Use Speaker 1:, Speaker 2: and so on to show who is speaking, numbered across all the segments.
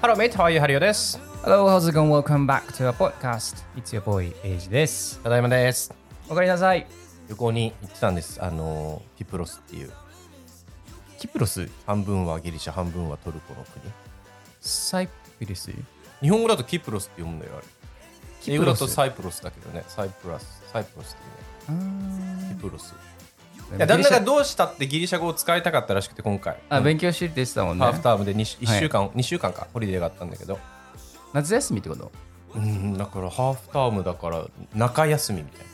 Speaker 1: ハローメイト、ハワイハリオです。
Speaker 2: Hello, how's it going? Welcome back to our podcast.
Speaker 1: It's your boy, エイジです。ただいまです。
Speaker 2: おかえりなさい。
Speaker 1: 旅行に行ってたんです。あのー、キプロスっていう。キプロス半分はギリシャ、半分はトルコの国。
Speaker 2: サイプリス
Speaker 1: 日本語だとキプロスって読むんだよ、あれ。英語だと
Speaker 2: サ
Speaker 1: サイプロスだけどね。サイプラス、サイプロスって
Speaker 2: イ
Speaker 1: いうね。キプロス。
Speaker 2: プ
Speaker 1: いや旦那がどうしたってギリシャ語を使いたかったらしくて、今回。
Speaker 2: あ、勉強してるって言ってたもんね
Speaker 1: ハー。フタームで 2, 週間、二週間か、ホリデーがあったんだけど。
Speaker 2: 夏休みってこと
Speaker 1: うん、だからハーフタームだから中休みみたいな。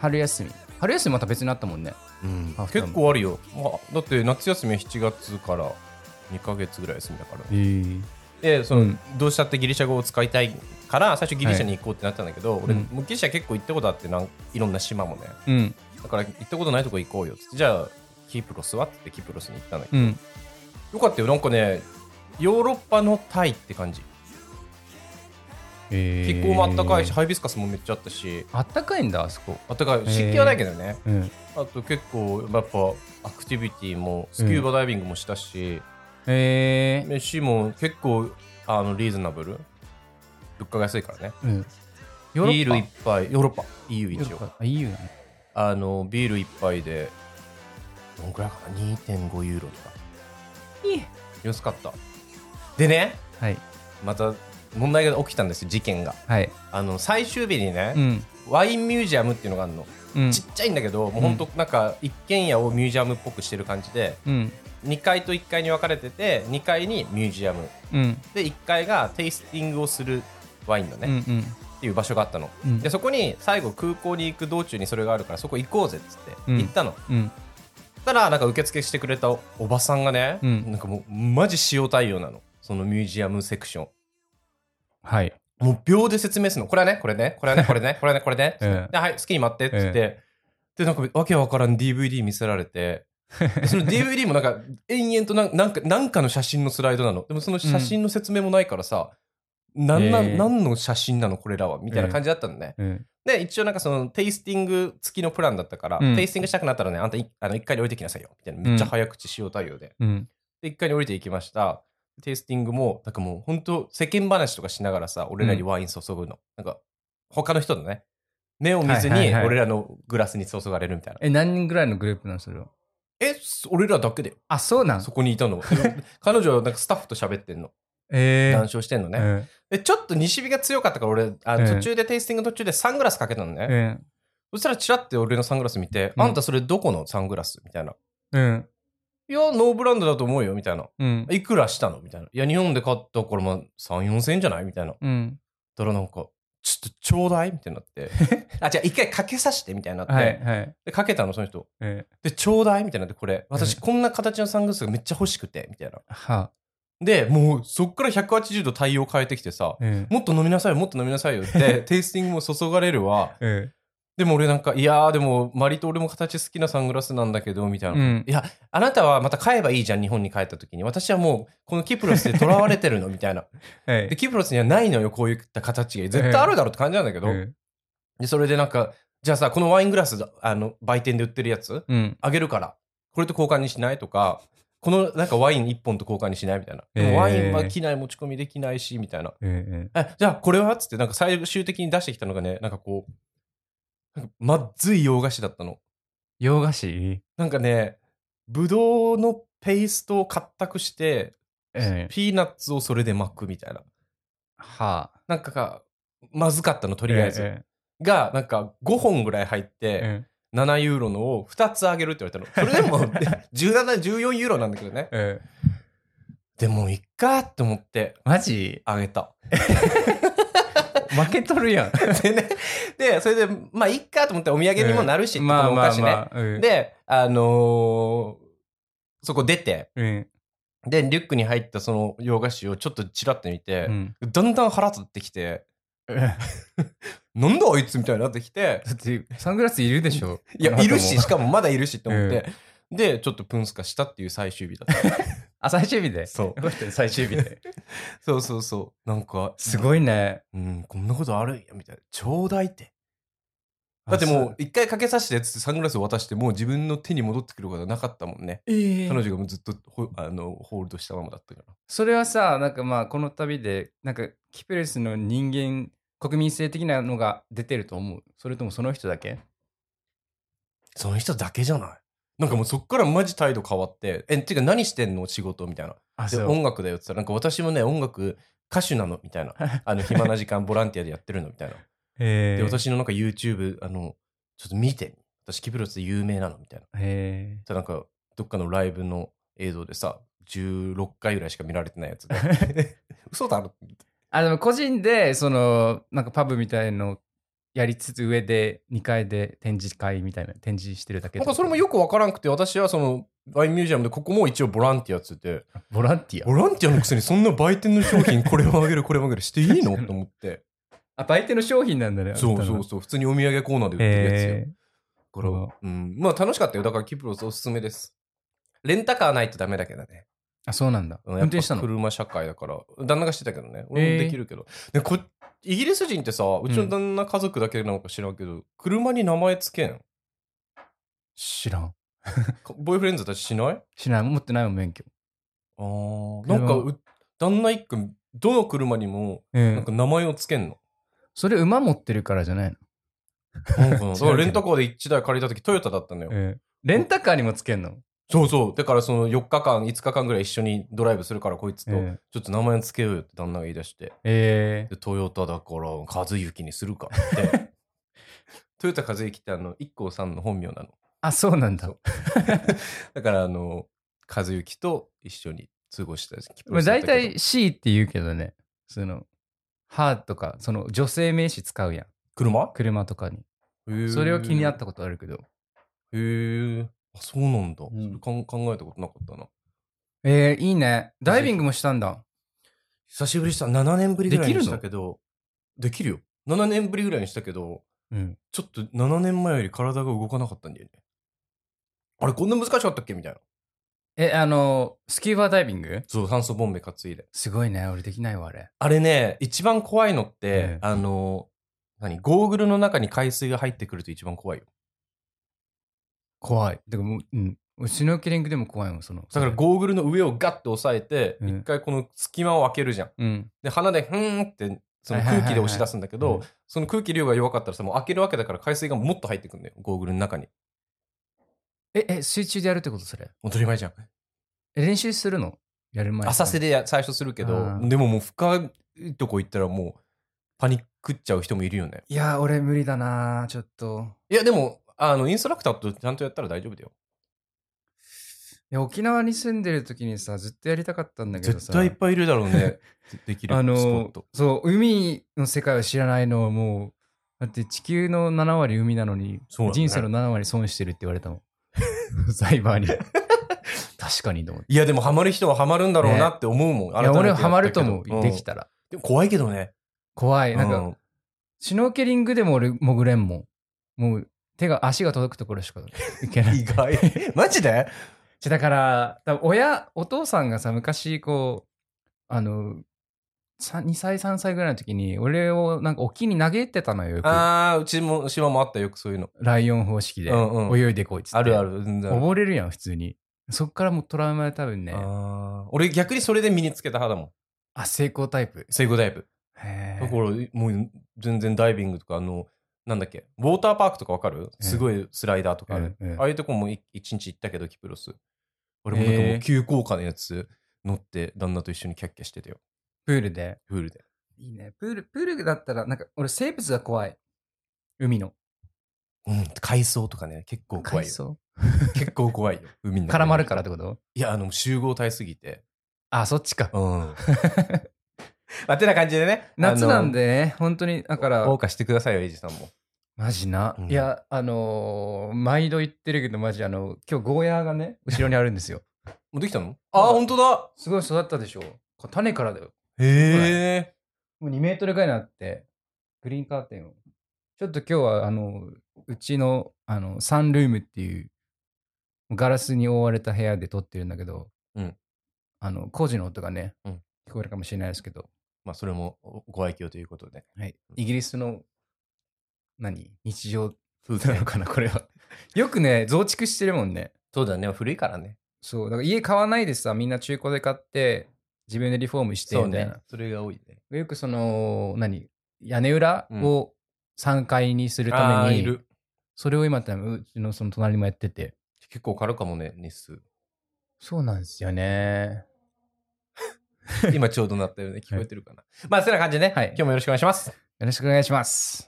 Speaker 2: 春休み。春休みまた別になったもんね。
Speaker 1: うん
Speaker 2: ハーフターム
Speaker 1: 結構あるよ、まあ、だって夏休みは7月から2ヶ月ぐらい休みだから、
Speaker 2: え
Speaker 1: でその、
Speaker 2: うん
Speaker 1: どうしたってギリシャ語を使いたいから最初ギリシャに行こうってなったんだけど、俺
Speaker 2: うん
Speaker 1: もうギリシャ結構行ったことあってなんいろんな島もね
Speaker 2: うん。
Speaker 1: だから行ったことないとこ行こうよっつってじゃあキプロスはって言ってキプロスに行ったんだけど、
Speaker 2: うん。
Speaker 1: よかったよなんかねヨーロッパのタイって感じ気候もあったかいし、。ハイビスカスもめっちゃあったし
Speaker 2: あったかいんだ、あそこ。
Speaker 1: あったかい湿気はないけどね、
Speaker 2: うん。
Speaker 1: あと結構やっぱアクティビティもスキューバダイビングもしたし、
Speaker 2: えー。
Speaker 1: 飯も結構あのリーズナブル物価が安いからね
Speaker 2: うん。ヨーロッパ
Speaker 1: ビール一杯ヨーロッパ EU
Speaker 2: いい
Speaker 1: 一応
Speaker 2: よ。あ、いいよね。
Speaker 1: あのビール一杯でどんくらいかな2.5ユーロとか
Speaker 2: いい
Speaker 1: 安かったでね
Speaker 2: はい。
Speaker 1: また問題が起きたんですよ事件が
Speaker 2: はい。
Speaker 1: あの最終日にね
Speaker 2: う、ん。
Speaker 1: ワインミュージアムっていうのがあるの、
Speaker 2: うん
Speaker 1: ちっちゃいんだけどもうほんとなんか一軒家をミュージアムっぽくしてる感じで
Speaker 2: うん。
Speaker 1: 2階と1階に分かれてて2階にミュージアム
Speaker 2: うん。
Speaker 1: で1階がテイスティングをするワインだ
Speaker 2: う
Speaker 1: ね、
Speaker 2: ん。う
Speaker 1: っ
Speaker 2: ん。
Speaker 1: ていう場所があったの、
Speaker 2: うん
Speaker 1: でそこに最後空港に行く道中にそれがあるからそこ行こうぜっつって
Speaker 2: うん
Speaker 1: 行ったの、
Speaker 2: うん。
Speaker 1: たらなんか受付してくれたおばさんがね、
Speaker 2: うん
Speaker 1: なんかもうマジ塩対応なのそのミュージアムセクション
Speaker 2: はい。
Speaker 1: もう秒で説明するのこれはねこれねこれ はねこれねこれはねこれね、
Speaker 2: うん
Speaker 1: ではい好きに待ってって言って、でなんかわけわからん DVD 見せられてでその DVD もなんか延々となんなんかなんかの写真のスライドなのでもその写真の説明もないからさ、なんなん
Speaker 2: えー
Speaker 1: 何の写真なのこれらはみたいな感じだったのね、
Speaker 2: うん。
Speaker 1: で一応なんかそのテイスティング付きのプランだったから、
Speaker 2: うん
Speaker 1: テイスティングしたくなったらねあんたいあの1回に降りてきなさいよみたいなめっちゃ早口塩対応で、
Speaker 2: うん。
Speaker 1: で1回に降りていきましたテイスティングもなんかもう本当世間話とかしながらさ俺らにワイン注ぐの、なんか他の人のね目を見ず
Speaker 2: はいは
Speaker 1: に
Speaker 2: いはい
Speaker 1: 俺らのグラスに注がれるみたいな、
Speaker 2: え、何人ぐらいのグループなのそれは。
Speaker 1: えそ俺らだけだよ
Speaker 2: あ、そうなん
Speaker 1: そこにいた の彼女はなんかスタッフと喋ってんの
Speaker 2: え
Speaker 1: 談
Speaker 2: ー。
Speaker 1: 笑してんのね、
Speaker 2: ね。
Speaker 1: でちょっと西日が強かったから俺あ
Speaker 2: ええ
Speaker 1: 途中でテイスティング途中でサングラスかけたのね、
Speaker 2: うん。
Speaker 1: そしたらチラッて俺のサングラス見て、
Speaker 2: うん
Speaker 1: あんたそれどこのサングラスみたいな。
Speaker 2: うん。
Speaker 1: いや、ノーブランドだと思うよ、みたいな。
Speaker 2: うん。
Speaker 1: いくらしたのみたいな。いや、日本で買ったから、まあ、3、4千円じゃないみたいな。
Speaker 2: うん。
Speaker 1: たらなんか、ちょっとちょうだいみたいになって。 あ、じゃあ一回かけさせて、みたいになって。
Speaker 2: はいはい。
Speaker 1: で、かけたの、その人。
Speaker 2: え
Speaker 1: で、ちょうだいみたいになって、これ、私
Speaker 2: うん
Speaker 1: こんな形のサングラスがめっちゃ欲しくて、みたいな。
Speaker 2: ー、は
Speaker 1: で、もう、そっから180度対応変えてきてさ、
Speaker 2: うん。
Speaker 1: もっと飲みなさいよ、もっと飲みなさいよっ て、テイスティングも注がれるわ。でも俺なんか、いやーでも、マリと俺も形好きなサングラスなんだけど、みたいな。
Speaker 2: うん
Speaker 1: いや、あなたはまた買えばいいじゃん、日本に帰った時に。私はもう、このキプロスで囚われてるの、みた いな。
Speaker 2: はい
Speaker 1: で、キプロスにはないのよ、こういった形が。絶対あるだろうって感じなんだけど。
Speaker 2: うん
Speaker 1: で、それでなんか、じゃあさ、このワイングラス、あの、売店で売ってるやつ、
Speaker 2: うん。
Speaker 1: あげるから、これと交換にしないとか、このなんかワイン1本と交換にしないみたいな。で
Speaker 2: え
Speaker 1: も
Speaker 2: ー
Speaker 1: ワインは機内持ち込みできないし、みたいな。
Speaker 2: うん。
Speaker 1: え、じゃあこれはつって、なんか最終的に出してきたのがね、なんかこう、なんかまっずい洋菓子だったの。
Speaker 2: 洋菓子
Speaker 1: なんかね、ぶどうのペーストを買ったくして、
Speaker 2: え
Speaker 1: ピーナッツをそれで巻くみたいな。
Speaker 2: はあ。
Speaker 1: なんかか、まずかったの、と
Speaker 2: と
Speaker 1: りあえず。。が、なんか5本ぐらい入って、
Speaker 2: え
Speaker 1: 7ユーロのを2つあげるって言わ れたの。それでも17、14ユーロなんだけどね。
Speaker 2: え。
Speaker 1: でも、いっかって思って
Speaker 2: マジ
Speaker 1: あげ た。
Speaker 2: 負けとるやん。
Speaker 1: でね、で、それで、まあ、いっかと思ってお土産にもなるし、
Speaker 2: ま
Speaker 1: こ
Speaker 2: あ
Speaker 1: のお
Speaker 2: ま
Speaker 1: 菓
Speaker 2: あ
Speaker 1: 子ね。
Speaker 2: まあ。うん、
Speaker 1: で、あのーそこ出て、
Speaker 2: うん。
Speaker 1: で、リュックに入ったその洋菓子をちょっとチラッと見て、
Speaker 2: うん。
Speaker 1: だんだん腹立ってきて、
Speaker 2: だ
Speaker 1: なんだあいつみたいになってきて、
Speaker 2: って、サングラスいるでしょ
Speaker 1: いや、いるし、し。
Speaker 2: も。
Speaker 1: かもまだいるしって思って、で、ちょっとプンスカしたっていう最終日だった。
Speaker 2: あ、最終日で。
Speaker 1: そう
Speaker 2: よかったよ 最終日で。
Speaker 1: そうそうそう。なんか、
Speaker 2: す
Speaker 1: い。
Speaker 2: ごいね。
Speaker 1: うん、こんなことあるんや、みたいな。ちょうだいって。だってもう、一回かけさせてっつってサングラスを渡して、もう自分の手に戻ってくることはなかったもんね。
Speaker 2: う、ええ
Speaker 1: 彼女がもうずっとほあのホールドしたままだったから。
Speaker 2: それはさ、なんかまあ、この旅で、なんか、キプレスの人間、国民性的なのが出てると思う。それともその人だけ
Speaker 1: その人だけじゃないなんかもうそっからマジ態度変わって、え、てか何してんの仕事みたいな。
Speaker 2: あ、
Speaker 1: で、音楽だよって言ったら、なんか私もね、音楽歌手なのみたい な。あの、暇な時間ボランティアでやってるのみ たいな。
Speaker 2: へ
Speaker 1: で、
Speaker 2: え。
Speaker 1: 私のなんか YouTube、あの、ちょっと見て。私、キプロスで有名なのみたいな。
Speaker 2: へ
Speaker 1: たなんか、どっかのライブの映像でさ、16回ぐらいしか見られてないやつが。 嘘だろ
Speaker 2: あ、でも個人で、その、なんかパブみたいのやりつつ、上で2階で展示会みたいな、展示してるだけ
Speaker 1: なんかそれもよくわからんくて、私はその、ワインミュージアムでここも一応ボランティアっつって、
Speaker 2: く。ボランティア。
Speaker 1: ボランティアのくせにそんな売店の商品これをあげるこれをあげるしてい いの
Speaker 2: 確かに
Speaker 1: と思って。
Speaker 2: あ、売店の商品なんだね。
Speaker 1: そうそうそう。普通にお土産コーナーで売ってるやつよ。
Speaker 2: へ
Speaker 1: だから
Speaker 2: うん
Speaker 1: うん。まあ楽しかったよ。だからキプロスおすすめです。レンタカーないとダメだけどね。
Speaker 2: ーあ、そうなんだ。
Speaker 1: うん
Speaker 2: 運
Speaker 1: やっぱ
Speaker 2: 転したの
Speaker 1: 車社会だから。旦那がしてたけどね。俺
Speaker 2: えー
Speaker 1: もできるけど。でこイギリス人ってさ、うちの旦那家族だけなのか知らんけど、車に名前つけん。
Speaker 2: 知らん。
Speaker 1: かボーイフレンズたちしない
Speaker 2: 知らん。持ってないもん、免許。
Speaker 1: あーなんかう、旦那一くん、どの車にも、
Speaker 2: うん
Speaker 1: なんか名前をつけんの。
Speaker 2: それ馬持ってるからじゃないの、
Speaker 1: なんかな
Speaker 2: 違うけど
Speaker 1: だからレンタカーで1台借りた時トヨタだったのよ。
Speaker 2: レンタカーにもつけんの、
Speaker 1: そうそう。だからその4日間、5日間ぐらい一緒にドライブするから、こいつと、
Speaker 2: え
Speaker 1: ちょっと名前つけようよって旦那が言い出して。
Speaker 2: え
Speaker 1: で、トヨタだから、和幸にするかって。 トヨタ和幸ってあの、一光さんの本名 なの。
Speaker 2: あそうなんだ
Speaker 1: そうだからあの、和幸と一緒に過ごした時
Speaker 2: まあ、大体 C って言うけどねその「は」とかその女性名詞使うやん
Speaker 1: 車
Speaker 2: 車とかにそれは気になっ。たことあるけど
Speaker 1: へーあ、そうなんだ。
Speaker 2: ん
Speaker 1: それかん考えたことなかったな。
Speaker 2: えー、いいねダイビングもしたんだ
Speaker 1: 久しぶりした。7年ぶりぐらい
Speaker 2: で
Speaker 1: に
Speaker 2: きる
Speaker 1: し
Speaker 2: の
Speaker 1: たけど。できるよ。7年ぶりぐらいにしたけど、
Speaker 2: うん
Speaker 1: ちょっと7年前より体が動かなかったんだよね。あれ、こんな難しかったっけみたいな。
Speaker 2: えあのスキューバーダイビング
Speaker 1: そう、酸素ボンベ担いで。
Speaker 2: すごいね俺できないわあれ
Speaker 1: あれね、一番怖いのって、
Speaker 2: ええ
Speaker 1: あの、何ゴーグルの中に海水が入ってくると一番怖いよ。
Speaker 2: 怖いだからもう、うん、俺シュノーケリングでも怖いもんその
Speaker 1: だからゴーグルの上をガッと押さえて、
Speaker 2: うん
Speaker 1: 一回この隙間を開けるじゃん。
Speaker 2: うん
Speaker 1: で、鼻で、ふーんって、その空気で押し出すんだけ
Speaker 2: はいは
Speaker 1: ど
Speaker 2: いは、
Speaker 1: その空気量が弱かったらさ、もう開けるわけだから海水がもっと入ってくるんだよ、ゴーグルの中に。
Speaker 2: ええ水中でやるってことそれ
Speaker 1: 当たり前じゃん。
Speaker 2: え練習するのやる前に
Speaker 1: 浅瀬でや最初するけ
Speaker 2: あ
Speaker 1: ど、
Speaker 2: ー
Speaker 1: でももう深いとこ行ったらもう、パニックっちゃう人もいるよね。
Speaker 2: いやー俺無理だなーちょっと
Speaker 1: いや、でも、あの、インストラクターとちゃんとやったら大丈夫だよ。
Speaker 2: いや沖縄に住んでる時にさずっとやりたかったんだけど
Speaker 1: 絶
Speaker 2: さ
Speaker 1: 対いっぱいいるだろう ね。できる
Speaker 2: あ
Speaker 1: スポ
Speaker 2: の
Speaker 1: ット。
Speaker 2: そう海の世界を知らないのはもうだって地球の7割海なのに、
Speaker 1: そうだね
Speaker 2: 人生の7割損してるって言われたもん サイバー に確かにと思って
Speaker 1: いや、でもハマる人はハマるんだろうなって思うもん。
Speaker 2: いや
Speaker 1: 改めて
Speaker 2: 俺
Speaker 1: や
Speaker 2: は
Speaker 1: ったけど
Speaker 2: ハマると思う、
Speaker 1: ん
Speaker 2: できたら
Speaker 1: でも怖いけどね。
Speaker 2: 怖いなんか、
Speaker 1: うん
Speaker 2: シュノーケリングでも俺潜れんもんもう手が足が届くとこ ろしかいけない
Speaker 1: 意外。 マジで
Speaker 2: じゃだから多分親お父さんがさ昔こうあのさ2歳3歳ぐらいの時に俺をなんか沖に投げてたのよよく
Speaker 1: ああ、うちも、島もあったよ、よくそういうの。
Speaker 2: ライオン方式で
Speaker 1: うんうん
Speaker 2: 泳いでこいっつって、
Speaker 1: あるある、全然ある。
Speaker 2: 溺れるやん普通にそっからもうトラウマで多分ねあ
Speaker 1: あー俺逆にそれで身につけた派だもん。
Speaker 2: 成功タイプ
Speaker 1: セイゴダイブ。
Speaker 2: へ
Speaker 1: だ
Speaker 2: ー
Speaker 1: から、もう全然ダイビングとか、あの、なんだっけ、ウォーターパークとかわかる
Speaker 2: え
Speaker 1: すごいスライダーとかある。
Speaker 2: ええええ
Speaker 1: ああいうとこもい一日行ったけど、キプロス。俺もなんかも
Speaker 2: え
Speaker 1: う
Speaker 2: え
Speaker 1: 急降下のやつ乗って、旦那と一緒にキャッキャしてたよ。
Speaker 2: プールで
Speaker 1: プールで。
Speaker 2: いいねプールプールだったらなんか俺生物が怖い海の
Speaker 1: うん、海藻とかね、結構怖いよ。
Speaker 2: 海
Speaker 1: 結構怖いよ。海の
Speaker 2: 藻
Speaker 1: 中
Speaker 2: 絡まるからってこと
Speaker 1: いや、あの、集合体すぎて。
Speaker 2: あそっちか
Speaker 1: うん。 まあ、てな感じでね。
Speaker 2: 夏なん
Speaker 1: で。
Speaker 2: でね本当にだから
Speaker 1: 謳歌してくださいよ、エイジさんも。
Speaker 2: マジな、
Speaker 1: うん
Speaker 2: いやあのー毎度言ってるけどマジあの今日ゴーヤーがね後ろにあるんですよ
Speaker 1: もうできたの
Speaker 2: あ
Speaker 1: 本当だ
Speaker 2: すごい育ったでしょこれ種からだよ
Speaker 1: へえ。
Speaker 2: もう2メートルぐらいになって、グリーンカーテンを。ちょっと今日は、あの、うちの、あの、サンルームっていう、ガラスに覆われた部屋で撮ってるんだけど、
Speaker 1: うん
Speaker 2: あの、工事の音がね、
Speaker 1: うん
Speaker 2: 聞こえるかもしれないですけど、
Speaker 1: まあ、それもご愛嬌ということで。
Speaker 2: イギリスの、何日常そうなのかな、これは。よくね、増築してるもんね。
Speaker 1: そうだね。古いからね。
Speaker 2: そう、だから家買わないでさ、みんな中古で買って、自分でリフォームして
Speaker 1: そう
Speaker 2: みたい
Speaker 1: ね
Speaker 2: な。。
Speaker 1: それが多いね。
Speaker 2: よくその、何屋根裏を3階にするた
Speaker 1: あ
Speaker 2: め
Speaker 1: ー
Speaker 2: に、
Speaker 1: いる。
Speaker 2: それを今多分うちのその隣もやってて。
Speaker 1: 結構軽かもね、日数。
Speaker 2: そうなんですよね。
Speaker 1: 今ちょうどなったよ ね。聞こえてるかな。まあ、そんな感じでね。
Speaker 2: はい
Speaker 1: 今日もよろしくお願いします。
Speaker 2: よろしくお願いします。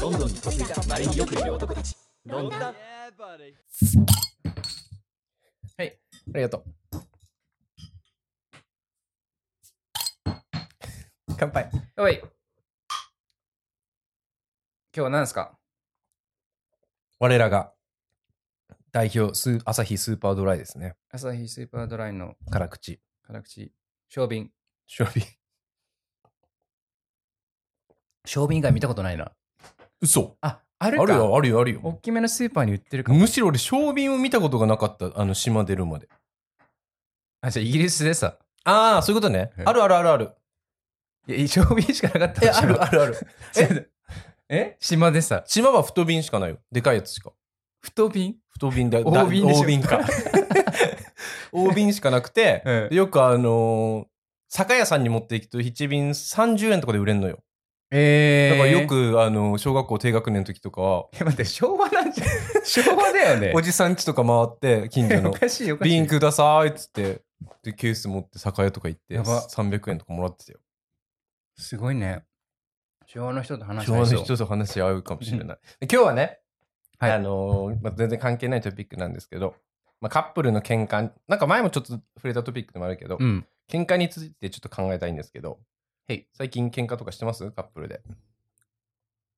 Speaker 3: どんどん年がマリンよくいる男たち。ロンドン
Speaker 1: ありがとう。乾杯。
Speaker 2: おい。今日は何ですか
Speaker 1: 我らが代表スー、朝日スーパードライですね。
Speaker 2: 朝日スーパードライの
Speaker 1: 辛口。
Speaker 2: 辛口、小瓶。
Speaker 1: 醤油。
Speaker 2: 小瓶以外見たことないな。
Speaker 1: 嘘
Speaker 2: あ、あ
Speaker 1: あ
Speaker 2: るか
Speaker 1: るよ、あるよ、ある
Speaker 2: 大
Speaker 1: よ。
Speaker 2: きめのスーパーに売ってるかも。
Speaker 1: むしろ俺、小瓶を見たことがなかった、あの、島出るまで。
Speaker 2: あ、じゃあイギリスでさ。
Speaker 1: ああ、そういうことね
Speaker 2: え。
Speaker 1: あるあるあるある。
Speaker 2: いや、小瓶しかなかった
Speaker 1: え、あるあるある。
Speaker 2: る。え島でさ、
Speaker 1: 島は太瓶しかないよ。でかいやつしか。
Speaker 2: 太瓶
Speaker 1: 太瓶だ、
Speaker 2: 大瓶でしょ
Speaker 1: 大瓶か。大瓶しかなくて、
Speaker 2: ええ
Speaker 1: でよくあのー酒屋さんに持っていくと1瓶30円とかで売れんのよ。
Speaker 2: え
Speaker 1: だからよ
Speaker 2: く。
Speaker 1: く、あのー小学校低学年の時とかは、
Speaker 2: え、待って、昭和なんじゃ、 昭和だよね。
Speaker 1: おじさん家とか回って、近所
Speaker 2: お
Speaker 1: の、
Speaker 2: かしいおかしい。
Speaker 1: 瓶くださいっつって、で、ケース持って酒屋とか行って、
Speaker 2: やば
Speaker 1: 300円とかもらってたよ。
Speaker 2: すごいね。昭和の人と話し
Speaker 1: 昭
Speaker 2: 合
Speaker 1: 和
Speaker 2: い
Speaker 1: の
Speaker 2: そう
Speaker 1: 人と話し合うかもしれない。で今日はね、
Speaker 2: はい
Speaker 1: あのーまあ、全然関係ないトピックなんですけど、まあ、カップルの喧嘩、なんか前もちょっと触れたトピックでもあるけど、
Speaker 2: うん。
Speaker 1: 喧嘩についてちょっと考えたいんですけど、
Speaker 2: はい
Speaker 1: 最近喧嘩とかしてますカップルで。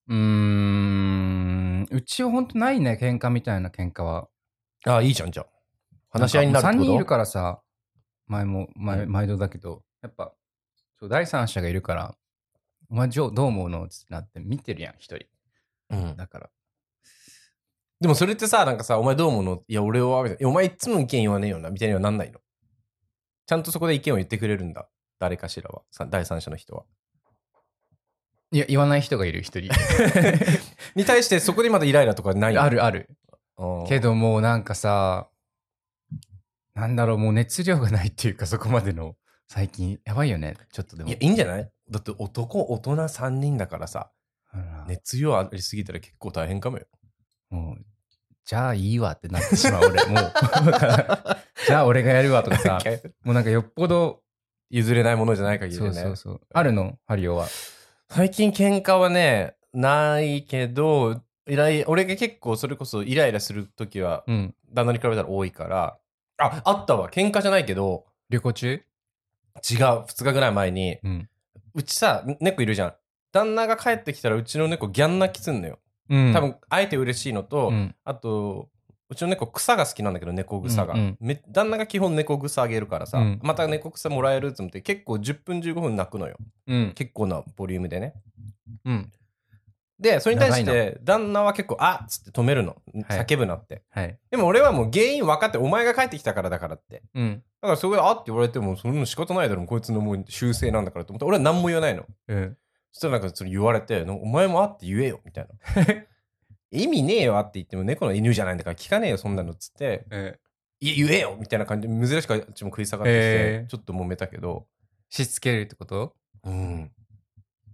Speaker 2: うーん。うちはほんとないね、喧嘩みたいな喧嘩は。
Speaker 1: ああ、いいじゃん、じゃあ。話し合いになるってこ
Speaker 2: 3
Speaker 1: と
Speaker 2: 人いるからさ、前も、
Speaker 1: う
Speaker 2: 前
Speaker 1: ん
Speaker 2: 毎度だけど、やっぱ、そう、第三者がいるから、お前、ジョーどう思うのつってなって見てるやん、一人。
Speaker 1: うん
Speaker 2: だから。
Speaker 1: でもそれってさ、なんかさ、お前どう思うのいや、俺は、みたいないやお前いつも意見言わねえよな、みたいにはなんないの。ちゃんとそこで意見を言ってくれるんだ。誰かしらは。さ第三者の人は。
Speaker 2: いや、言わない人がいる、一 人。
Speaker 1: に対してそこでまだイライラとかないの
Speaker 2: あ。るある。
Speaker 1: うん
Speaker 2: けどもうなんかさ、なんだろう、もう熱量がないっていうか、そこまでの、最近、やばいよね、ちょっとでも。
Speaker 1: いや、いいんじゃないだって男、大人3人だからさ、
Speaker 2: ほら
Speaker 1: 熱量ありすぎたら結構大変かもよ。
Speaker 2: もう、じゃあいいわってなってし まう、俺。もう、 じゃあ俺がやるわとかさ、もうなんかよっぽど、
Speaker 1: 譲れないものじゃない限り
Speaker 2: そ
Speaker 1: ね。
Speaker 2: うそうそう。あるのハリオは。
Speaker 1: 最近喧嘩はね、ないけど、イライ俺が結構それこそイライラするときは、
Speaker 2: うん。
Speaker 1: 旦那に比べたら多いから、あ、あったわ。喧嘩じゃないけど、
Speaker 2: 旅行中
Speaker 1: 違う。2日ぐらい前に、
Speaker 2: うん。
Speaker 1: うちさ、猫いるじゃん。旦那が帰ってきたら、うちの猫ギャン泣きすんのよ。
Speaker 2: うん
Speaker 1: 多分、あえて嬉しいのと、
Speaker 2: うん
Speaker 1: あと、うちの猫草が好きなんだけど、猫草が。
Speaker 2: うんうん
Speaker 1: め旦那が基本猫草あげるからさ、
Speaker 2: うん
Speaker 1: また猫草もらえるって思って、結構10分15分泣くのよ。
Speaker 2: うん。
Speaker 1: 結構なボリュームでね。
Speaker 2: うん。
Speaker 1: で、それに対し
Speaker 2: 長
Speaker 1: て、旦那は結構、あっつって止めるの。
Speaker 2: はい
Speaker 1: 叫ぶなって。
Speaker 2: はい。
Speaker 1: でも俺はもう原因分かって、お前が帰ってきたからだからって。
Speaker 2: うん。
Speaker 1: だからそこで、あって言われても、そんな仕方ないだろ、こいつのもう修正なんだからと思って、俺は何も言わないの。
Speaker 2: うん。
Speaker 1: そしたらなんかそれ言われて、お前もあって言えよ、みたいな。 意味ねえよあって言っても、猫の犬じゃないんだから聞かねえよ、そんなのっつって、
Speaker 2: え
Speaker 1: いや、言えよみたいな感じで、珍しくあっちも食い下がってきて、
Speaker 2: へえ
Speaker 1: ちょっと揉めたけど、
Speaker 2: しつけるってこと
Speaker 1: うん。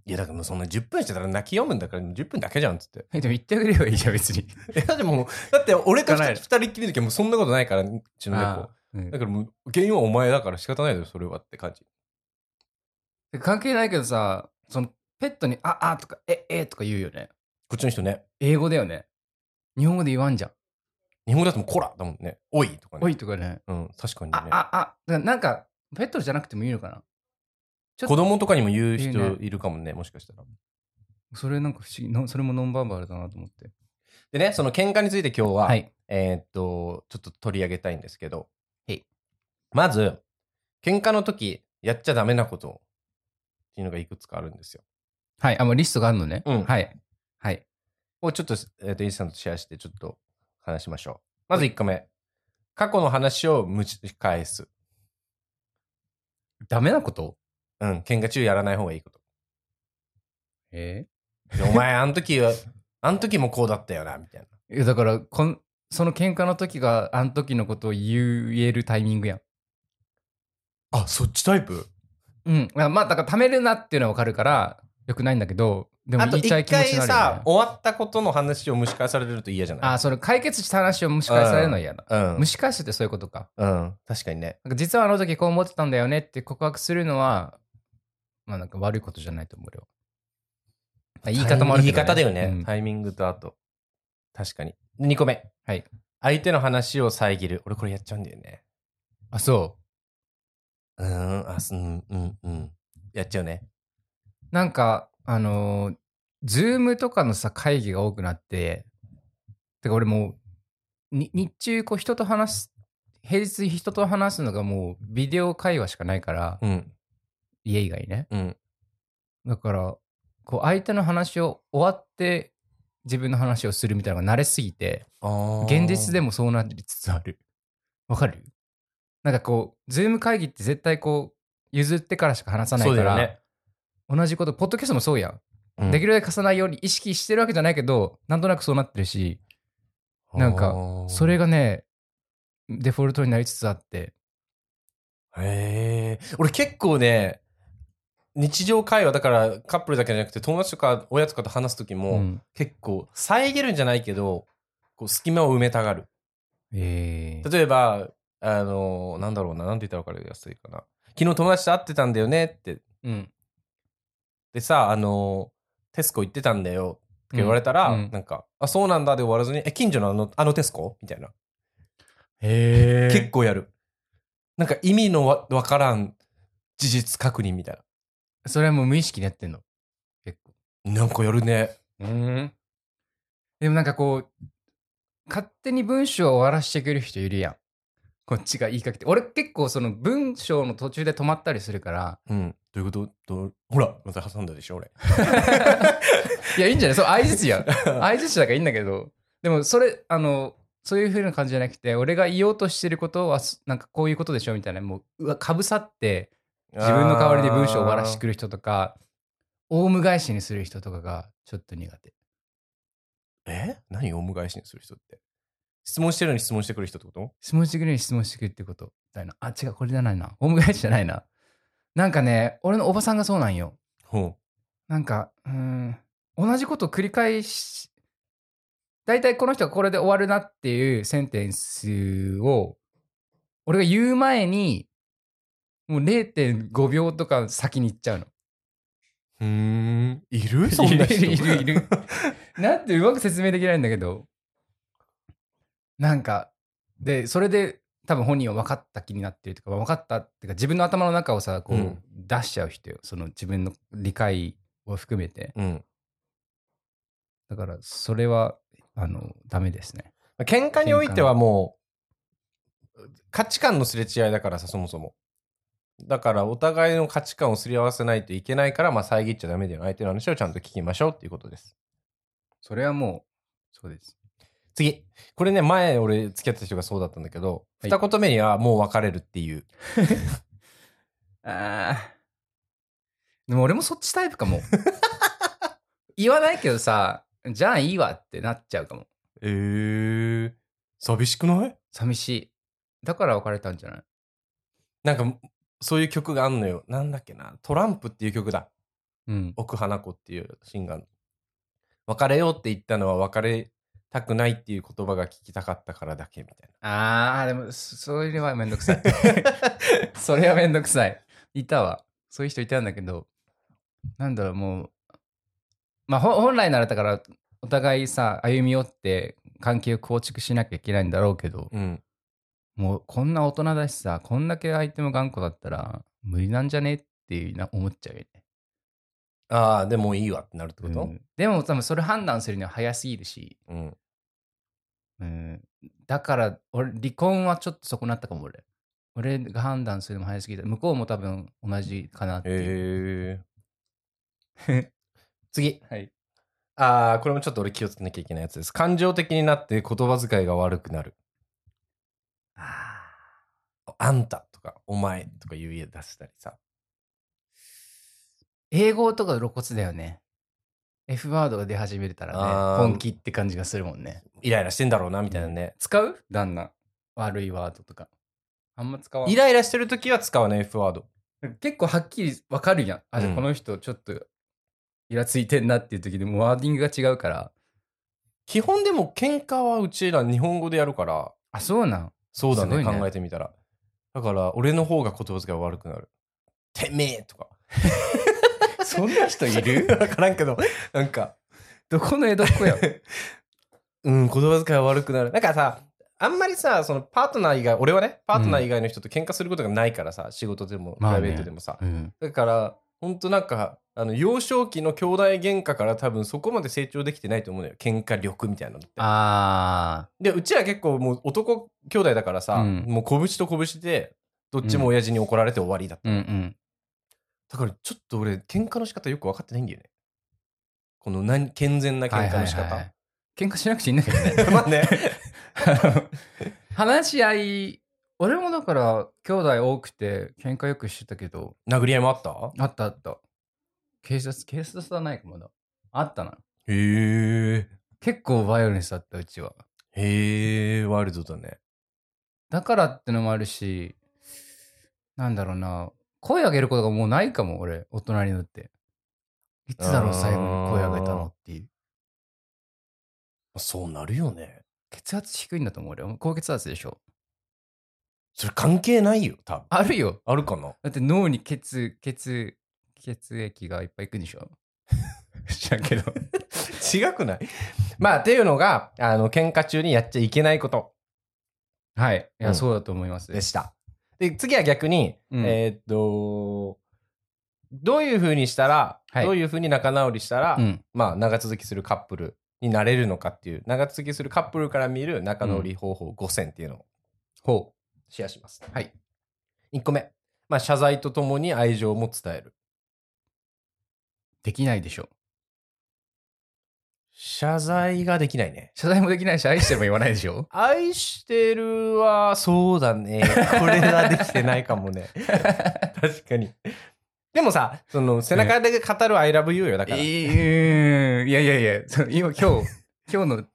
Speaker 1: いや、だからもうそんな10分してたら泣き止むんだから、10分だけじゃんっつって。
Speaker 2: え、でも言ってあげればいいじゃん、別に。
Speaker 1: えだってもう、だって俺と
Speaker 2: 聞かない
Speaker 1: 二人っきりの時はもうそんなことないから、うちの猫。
Speaker 2: うん
Speaker 1: だからもう、原因はお前だから仕方ないだろ、それはって感じ。
Speaker 2: 関係ないけどさ、その、ペットに、あ、あとか、え、えとか言うよね。
Speaker 1: こっちの人ね、
Speaker 2: 英語だよね。日本語で言わんじゃん。
Speaker 1: 日本語だともうコラだもんね。おいとかね。
Speaker 2: おいとかね。
Speaker 1: うん、確かにね
Speaker 2: あ、。あ、あ、だからなんか、ペットじゃなくてもいいのかなちょっ
Speaker 1: 子
Speaker 2: と、
Speaker 1: 供とかにも言う
Speaker 2: いいね
Speaker 1: 人いるかもね、もしかしたら。
Speaker 2: それなんか不思議の、それもノンバーバルだなと思って。
Speaker 1: でね、その喧嘩について今日は、
Speaker 2: はい。
Speaker 1: えーっと、ちょっと取り上げたいんですけど
Speaker 2: はい、
Speaker 1: まず、喧嘩の時、やっちゃダメなことっていうのがいくつかあるんですよ。
Speaker 2: はい。あ、もうリストがあるのね。
Speaker 1: うん
Speaker 2: はい。はい。
Speaker 1: をちょっと、えー、と、インスタントとシェアして、ちょっと話しましょう。まず1個目。過去の話を蒸し返す。
Speaker 2: ダメなこと
Speaker 1: うん、喧嘩中やらない方がいいこと。
Speaker 2: え
Speaker 1: でお前、あの時 は、あの時もこうだったよな、みたいな。
Speaker 2: いやだからこん、その喧嘩の時が、あの時のことを言えるタイミングやん。
Speaker 1: あ、そっちタイプ
Speaker 2: うん。まあ、まあだから、貯めるなっていうのはわかるから、よくないんだけど、でも
Speaker 1: あと
Speaker 2: 言いたい
Speaker 1: 一
Speaker 2: 気持
Speaker 1: 回
Speaker 2: ちになるよ、
Speaker 1: さ
Speaker 2: ね、。
Speaker 1: 終わったことの話を蒸し返されると嫌じゃない
Speaker 2: あ、それ解決した話を蒸し返されるのは嫌だ。
Speaker 1: うん
Speaker 2: 蒸。し返すってそういうことか。
Speaker 1: うん。確かにね。
Speaker 2: なんか実はあの時こう思ってたんだよねって告白するのは、まあなんか悪いことじゃないと思うよ。まあ言い方もあるけ
Speaker 1: 言い
Speaker 2: ど、
Speaker 1: 方だよね。
Speaker 2: うん
Speaker 1: タイミングとあと。確かに。2個目。
Speaker 2: はい。
Speaker 1: 相手の話を遮る。俺これやっちゃうんだよね。
Speaker 2: あ、そう。
Speaker 1: うーん、あ、すうん、うん、うん。やっちゃうね。
Speaker 2: なんか、あのー、ズームとかのさ、会議が多くなって、てか俺もう、に日中こう人と話す、平日人と話すのがもうビデオ会話しかないから、
Speaker 1: うん、
Speaker 2: 家以外ね。
Speaker 1: うん。
Speaker 2: だから、こう相手の話を終わって自分の話をするみたいなのが慣れすぎて、現実で
Speaker 1: も。
Speaker 2: もそうなりつつある。わかるなんかこう、ズーム会議って絶対こう、譲ってからしか話さない
Speaker 1: そう
Speaker 2: か
Speaker 1: だ
Speaker 2: ら、
Speaker 1: よね。
Speaker 2: 同じこと、ポッドキャストもそうやん。
Speaker 1: うん
Speaker 2: できるだけ貸さないように意識してるわけじゃないけど、なんとなくそうなってるし、なんか、それ
Speaker 1: が。
Speaker 2: がね、デフォルトになりつつあって、
Speaker 1: へえ。俺結構ね、日常会話だからカップルだけじゃなくて友達とか親とかと話すときも、
Speaker 2: うん
Speaker 1: 結構遮るんじゃないけど、こう隙間を埋めたがる。
Speaker 2: えー
Speaker 1: 例えば、あの、なんだろうな、なんて言ったら分かりやすいかな。昨日友達と会ってたんだよねって。
Speaker 2: うん
Speaker 1: でさ、あの、テスコ行ってたんだよって言われたら、
Speaker 2: うんうん
Speaker 1: なんか、あ、そうなんだで終わらずに、え、近所のあのあのテスコみたいな。
Speaker 2: へ
Speaker 1: 結構やる。なんか意味のわ分からん事実確認みたい
Speaker 2: それはもう無意識でやってんの。結構。
Speaker 1: な。なんかやるね。
Speaker 2: うん。でもなんかこう、勝手に文章を終わらしてくる人いるやん。こっちが言いかけて。俺結構その文章の途中で止まったりするから、
Speaker 1: うん。どういうことどうほら、また挟んだでしょ、俺。
Speaker 2: いや、いいんじゃないそう、相づ ちやん。相づちだからいいんだけど、でもそれ、あの、そういう風な感じじゃなくて、俺が言おうとしてることは、すなんかこういうことでしょみたいな、もう、うわ、かぶさって、自分の代わりで文章を終わらしてくる人とか、オウム返しにする人とかがちょっと苦手。
Speaker 1: あー。え何オウム返しにする人って。質問してるのに質問してくる人ってこと
Speaker 2: 質問してくれる質問してくるってこと。みたいな。あ、違う、これじゃないな。オウム返しじゃないな。なんかね、俺のおばさんがそうなんよ。
Speaker 1: ほ
Speaker 2: なんか、うーん、同じことを繰り返し、大体この人がこれで終わるなっていうセンテンスを、俺が言う前に、もう0.5秒とか先に行っちゃうの。
Speaker 1: う。うーん。いるそんな人。
Speaker 2: いるいるいる。なんてうまく説明できないんだけど、なんか、で、それで多分本人は分かった気になってるとか、分かったっていうか、自分の頭の中をさ、こ
Speaker 1: う
Speaker 2: うん出しちゃう人よ。その自分の理解を含め て。
Speaker 1: うん。
Speaker 2: だから、それは、あの、ダメですね。
Speaker 1: 喧嘩においてはもう、価値観のすれ違いだからさ、そもそも。だから、お互いの価値観をすり合わせないといけないから、まあ、遮っちゃダメだよ。相手の話をちゃんと聞きましょうっていうことです。
Speaker 2: それはもう、そうです。
Speaker 1: 次。これね、前俺付き合ってた人がそうだったんだけど、
Speaker 2: はい
Speaker 1: 二言目にはもう別れるっていう。
Speaker 2: ああ。でも俺もそっちタイプ かも。言わないけどさ、じゃあいいわってなっちゃうかも。
Speaker 1: えー、寂しくない
Speaker 2: 寂しい。だから別れたんじゃない
Speaker 1: なんか、そういう曲があんのよ。なんだっけな。トランプっていう曲だ。
Speaker 2: うん。
Speaker 1: 奥花子っていうシンガーの別れようって言ったのは別れたくないっていう言葉が聞きたかったからだけみたいな。
Speaker 2: ああ、でも、そそれはめんどくさい。 それはめんどくさい。いたわ。そういう人いたんだけど、なんだろう、もう、まあ、ほ本来ならだから、お互いさ、歩み寄って関係を構築しなきゃいけないんだろうけど、
Speaker 1: うん。
Speaker 2: もうこんな大人だしさ、こんだけ相手も頑固だったら、無理なんじゃねっていうな思っちゃうよね。
Speaker 1: ああ、でもいいわってなるってこと、
Speaker 2: うんでも多分それ判断するには早すぎるし、
Speaker 1: うん、
Speaker 2: うん、だから俺離婚はちょっとそこなったかも俺俺が判断するのも早すぎて向こうも多分同じかなっていう、
Speaker 1: へえ。次。
Speaker 2: はい
Speaker 1: ああ、これもちょっと俺気をつけなきゃいけないやつです。感情的になって言葉遣いが悪くなる。あんたとかか、お前とかいう家出したりさ。
Speaker 2: 英語とか露骨だよね。F ワードが出始めたら
Speaker 1: あー
Speaker 2: ね、本気って感じがするもんね。
Speaker 1: イライラしてんだろうな、みたいなね。
Speaker 2: 使う旦那。悪いワードとか。あんま使わな
Speaker 1: イ
Speaker 2: い。
Speaker 1: ライラしてるときは使わない F ワード。
Speaker 2: 結構はっきりわかるやん。あ、じゃあ
Speaker 1: うん
Speaker 2: この人ちょっとイラついてんなっていう時でもうワーディングが違うから。
Speaker 1: 基本でも喧嘩はうちら日本語でやるから、
Speaker 2: あ、そうなん。
Speaker 1: そうだ
Speaker 2: すご
Speaker 1: ね、
Speaker 2: いね
Speaker 1: 考えてみたら。だから、俺の方が言葉遣い悪くなる。てめえとか。
Speaker 2: そんな人いる
Speaker 1: わからんけど、なんか、
Speaker 2: どこの江戸っ子や。
Speaker 1: うん、言葉遣い悪くなる。なんかさ、あんまりさ、そのパートナー以外、俺はね、パートナー以外の人と喧嘩することがないからさ、仕事でも、プ
Speaker 2: まあ
Speaker 1: ラ
Speaker 2: ね
Speaker 1: イベートでもさ。
Speaker 2: うん。
Speaker 1: だから、ほんとなんか、あの幼少期の兄弟喧嘩から多分そこまで成長できてないと思うのよ。喧嘩力みたいなのって。
Speaker 2: あ
Speaker 1: で、うちは結構もう男兄弟だからさ、
Speaker 2: うん
Speaker 1: もう拳と拳で、どっちも親父に怒られて終わりだった。
Speaker 2: ー。うんうん。
Speaker 1: だからちょっと俺、喧嘩の仕方よく分かってないんだよね。この何健全な
Speaker 2: はい
Speaker 1: 喧嘩の仕
Speaker 2: はいは
Speaker 1: 方
Speaker 2: い。喧嘩しなくちゃいいんだけ ど ね。
Speaker 1: まあね。
Speaker 2: 話し合い、俺もだから、兄弟多くて、喧嘩よくしてたけど、
Speaker 1: 殴り合いもあった
Speaker 2: あったあった。警察、警察はないか、まだ。あったな。
Speaker 1: へえ。
Speaker 2: 結構バイオレンスだった、うちは。
Speaker 1: へえ、ワイルドだね。
Speaker 2: だからってのもあるし、なんだろうな、声上げることがもうないかも、俺、大人になって。いつだろう、
Speaker 1: あー
Speaker 2: 最後に声上げたのっていう。
Speaker 1: そうなるよね。
Speaker 2: 血圧低いんだと思う、俺。高血圧でしょ。
Speaker 1: それ関係ないよ、多分。
Speaker 2: あるよ。
Speaker 1: あるかな
Speaker 2: だって脳に血、血、血液がいっぱいいくんでしょ知らんけど。
Speaker 1: 違くないまあ、っていうのが、あの、喧嘩中にやっちゃいけないこと
Speaker 2: はい。いうや、
Speaker 1: ん
Speaker 2: そうだと思います。
Speaker 1: でした。で、次は逆に、
Speaker 2: うん
Speaker 1: えーっと、どういうふうにしたら、
Speaker 2: はい
Speaker 1: どういうふうに仲直りしたら、
Speaker 2: うん。
Speaker 1: まあ、長続きするカップルになれるのかっていう、長続きするカップルから見る仲直り方法5選っていうのを
Speaker 2: ほ
Speaker 1: シェアします。
Speaker 2: う。はい。
Speaker 1: 1個目。まあ、謝罪とともに愛情も伝える。
Speaker 2: できないでしょ。
Speaker 1: 謝罪ができないね。
Speaker 2: 謝罪もできないし、愛してるも言わないでしょ
Speaker 1: 愛してるは、そうだ ね。これはできてないかもね。確かに。でもさ、その、背中で語る I love you よ。だ
Speaker 2: い
Speaker 1: から。
Speaker 2: ーいやいやいや、その今、今日、 今日の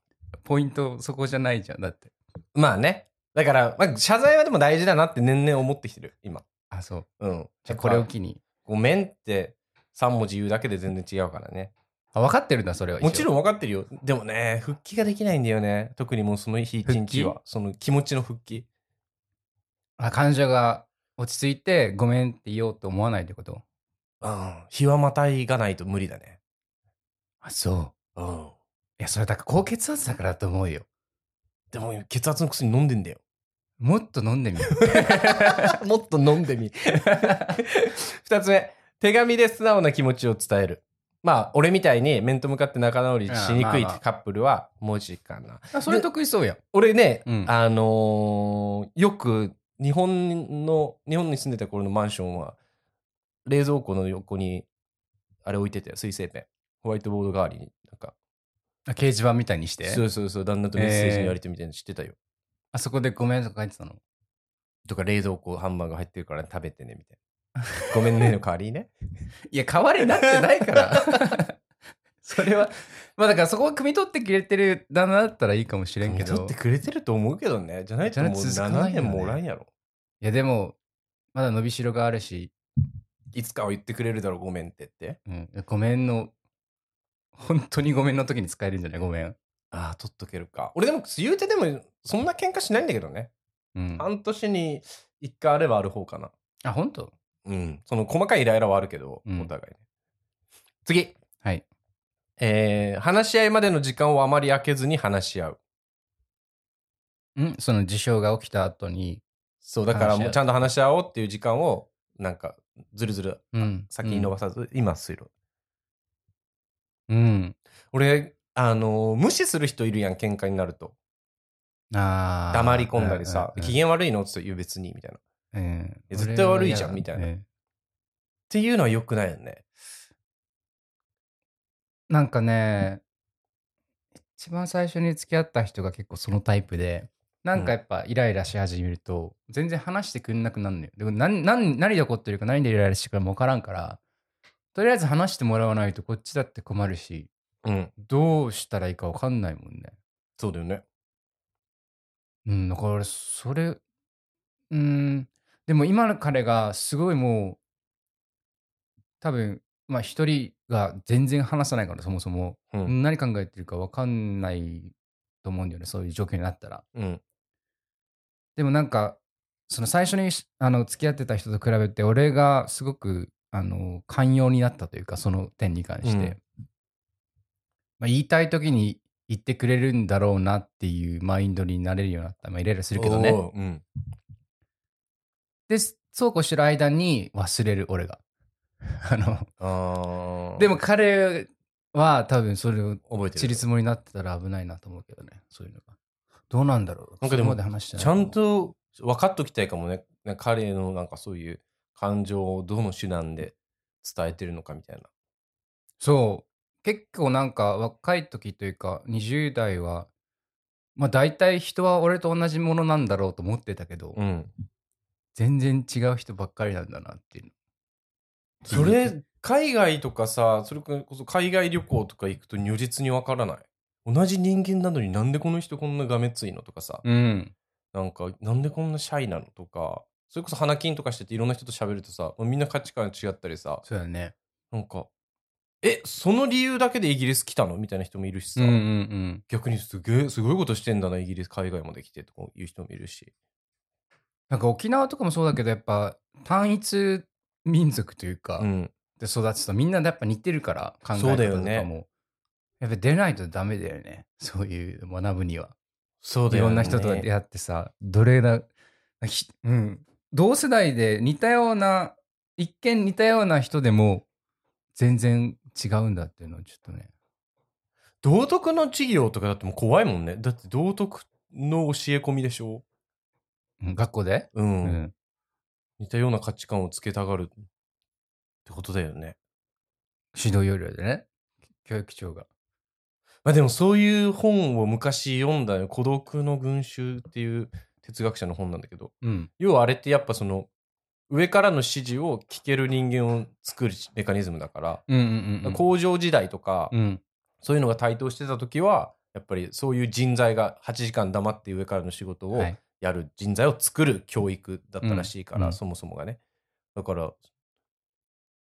Speaker 2: ポイント、そこじゃないじゃん。だって。
Speaker 1: まあね。だから、まあ、謝罪はでも大事だなって年々思ってきてる、今。
Speaker 2: あ、そう。
Speaker 1: うん。
Speaker 2: じゃあこれを機に。
Speaker 1: ごめんって、3文字言うだけで全然違うからね。
Speaker 2: あ、分かってるんだ、それは。
Speaker 1: もち
Speaker 2: ん。
Speaker 1: ろん分かってるよ。でもね、復帰ができないんだよね。特にもうその日一日は。その気持ちの復帰。
Speaker 2: あ感情が落ち着いて、ごめんって言おうと思わないってこと
Speaker 1: うん。日はまたいがないと無理だね。
Speaker 2: あ、そう。
Speaker 1: うん。
Speaker 2: いや、それだから高血圧だからだと思うよ。
Speaker 1: でも血圧の薬飲んでんだよ。
Speaker 2: もっと飲んでみる。
Speaker 1: もっと飲んでみ。 二つ目、手紙で素直な気持ちを伝える。まあ、俺みたいに面と向かって仲直りしにくい
Speaker 2: あまあ
Speaker 1: カップルは文字かな。
Speaker 2: あそれ得意そうやん。
Speaker 1: 俺ね、
Speaker 2: うん
Speaker 1: あのーよく日本の、日本に住んでた頃のマンションは、冷蔵庫の横に、あれ置いてたよ、水性ペン。ホワイトボード代わりに。なんか、
Speaker 2: あ掲示板みたいにして。
Speaker 1: そうそうそう、旦那とメッセージのやりとりみたいなの知ってたよ。
Speaker 2: あそこでごめんとか書いてたの。
Speaker 1: とか、冷蔵庫ハンバーグ入ってるから食べてね、みたい な。ごめんねの代わりにね。
Speaker 2: いや、代わりになってな いから。それは、まあだからそこを汲み取ってくれてる旦那だったらいいかもしれんけ
Speaker 1: 取
Speaker 2: ど。
Speaker 1: っ
Speaker 2: い
Speaker 1: てくれてると思うけどね。じゃないともう
Speaker 2: じゃないと続かな
Speaker 1: 7
Speaker 2: いよね
Speaker 1: 年もおらんやろ。
Speaker 2: や、でも、まだ伸びしろがあるし、
Speaker 1: いつかは言ってくれるだろう、ごめんってって。
Speaker 2: うん、ごめんの、本当にごめんの時に使えるんじゃないごめん。
Speaker 1: ああ、取っとけるか。俺でも、言うてでも、そんな喧嘩しないんだけどね。
Speaker 2: うん、
Speaker 1: 半年に1回あればある方かな。
Speaker 2: あ、本当
Speaker 1: うん。その細かいイライラはあるけど、
Speaker 2: うん
Speaker 1: お互いね。次。
Speaker 2: はい。
Speaker 1: えー話し合いまでの時間をあまり空けずに話し合う。
Speaker 2: んその事象が起きた後に、
Speaker 1: そう、だから
Speaker 2: 話し合
Speaker 1: も
Speaker 2: う
Speaker 1: うちゃんと話し合おうっていう時間を、なんか、ずるずる
Speaker 2: うん。
Speaker 1: 先に伸ばさず、今、水路。
Speaker 2: うん。
Speaker 1: 俺、あのー無視する人いるやん、喧嘩になると。
Speaker 2: ああ。
Speaker 1: 黙り込んだりさ、
Speaker 2: うん
Speaker 1: 機嫌悪いのって言う別にみたいな。っ
Speaker 2: うんうん
Speaker 1: え絶対悪いじゃんみたいな
Speaker 2: うん
Speaker 1: ていうのは良くないよね。
Speaker 2: なんかね、一番最初に付き合った人が結構そのタイプで、なんかやっぱイライラし始めると、全然話してくんなくなるのよ。でも何何何で怒ってるか何でイライラしてるかも分からんから、とりあえず話してもらわないとこっちだって困るし、
Speaker 1: うん。
Speaker 2: どうしたらいいか分かんないもんね。
Speaker 1: そうだよね。
Speaker 2: うん、だから俺それ、うん、でも今の彼がすごいもう、多分、まあ一人が全然話さないから、そもそも。
Speaker 1: うん。
Speaker 2: 何考えてるか分かんないと思うんだよね、そういう状況になったら。
Speaker 1: うん。
Speaker 2: でもなんかその最初にしあの付き合ってた人と比べて俺がすごくあの寛容になったというかその点に関し
Speaker 1: う
Speaker 2: て、
Speaker 1: ん
Speaker 2: まあ、言いたい時に言ってくれるんだろうなっていうマインドになれるようになったまあイライラするけどね
Speaker 1: おーうん。
Speaker 2: でそうこうしてる間に忘れる俺が あの
Speaker 1: あー
Speaker 2: でも、彼は多分それを
Speaker 1: 覚えて
Speaker 2: 散
Speaker 1: る
Speaker 2: り。積もりになってたら危ないなと思うけどねそういうのがどうなんだろう
Speaker 1: なんかでも
Speaker 2: そこま話してない
Speaker 1: ちゃんと分かっときたいかもね。なんか彼のなんかそういう感情をどの手段で伝えてるのかみたいな。
Speaker 2: そう。結構なんか若い時というか20代は、まあ大体人は俺と同じものなんだろうと思ってたけど、
Speaker 1: うん。
Speaker 2: 全然違う人ばっかりなんだなっていうの。
Speaker 1: それ、海外とかさ、それこそ海外旅行とか行くと如実に分からない。同じ人間なのになんでこの人こんながめついのとかさ、
Speaker 2: うん。
Speaker 1: なんかなんでこんなシャイなのとか、それこそ花金とかしてていろんな人と喋るとさ、みんな価値観違ったりさ、
Speaker 2: そうだね。
Speaker 1: なんか、え、その理由だけでイギリス来たのみたいな人もいるしさ、
Speaker 2: うんうんうん。
Speaker 1: 逆にすげえ、すごいことしてんだな、イギリス、海外まで来てとかいう人もいるし。
Speaker 2: なんか沖縄とかもそうだけど、やっぱ単一民族というか
Speaker 1: う、ん。
Speaker 2: で育つとみんなやっぱ似てるから考え方
Speaker 1: そう
Speaker 2: とか
Speaker 1: だよ
Speaker 2: も。
Speaker 1: ね
Speaker 2: やっぱ出ないとダメだよね。 そういう学ぶには。
Speaker 1: そうだ
Speaker 2: い
Speaker 1: よ
Speaker 2: ろ
Speaker 1: ね。
Speaker 2: んな人と出会ってさ、どれだ、ひうん、同世代で似たような、一見似たような人でも、全然違うんだっていうのはちょっとね。
Speaker 1: 道徳の授業とかだってもう怖いもんね。だって道徳の教え込みでしょ
Speaker 2: うん学校で、
Speaker 1: う。
Speaker 2: うんん、
Speaker 1: 似たような価値観をつけたがるってことだよね。
Speaker 2: 指導要領でね、教育長が。
Speaker 1: まあでもそういう本を昔読んだよ。孤独の群衆っていう哲学者の本なんだけど。
Speaker 2: うん。
Speaker 1: 要はあれってやっぱその、上からの指示を聞ける人間を作るメカニズムだから、
Speaker 2: うんうんうん。
Speaker 1: 工場時代とか、
Speaker 2: うん。
Speaker 1: そういうのが台頭してた時は、やっぱりそういう人材が8時間黙って上からの仕事を
Speaker 2: はい。
Speaker 1: やる人材を作る教育だったらしいから、
Speaker 2: うんうん
Speaker 1: そもそもがね。だから、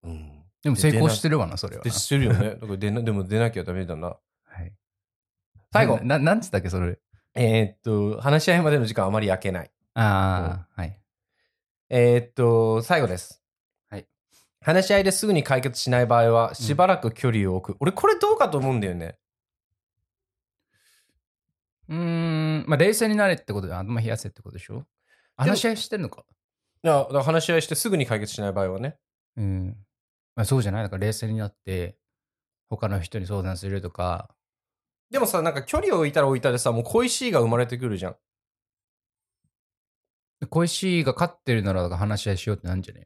Speaker 1: うん。
Speaker 2: でも成功してるわな、それは
Speaker 1: で、
Speaker 2: な。
Speaker 1: してるよ ね。だから出なでも出なきゃダメだな。
Speaker 2: はい、
Speaker 1: 最後、
Speaker 2: な、なんつったっけ、それ。
Speaker 1: えーっと、話し合いまでの時間はあまり空けない。
Speaker 2: ああ、はい。
Speaker 1: えーっと、最後です。
Speaker 2: はい。
Speaker 1: 話し合いですぐに解決しない場合は、しばらく距離を置く。俺、これどうかと思うんだよね。
Speaker 2: うーん、まあ、冷静になれってことで、あんま冷やせってことでしょ話し合いしてんのか
Speaker 1: いやだから話し合いしてすぐに解決しない場合はね。
Speaker 2: うん。まあ、そうじゃないだから冷静になって、他の人に相談するとか。
Speaker 1: でもさ、なんか距離を置いたら置いたでさ、もう恋しいが生まれてくるじゃん。
Speaker 2: 恋しいが勝ってるならだから話し合いしようってなんじゃね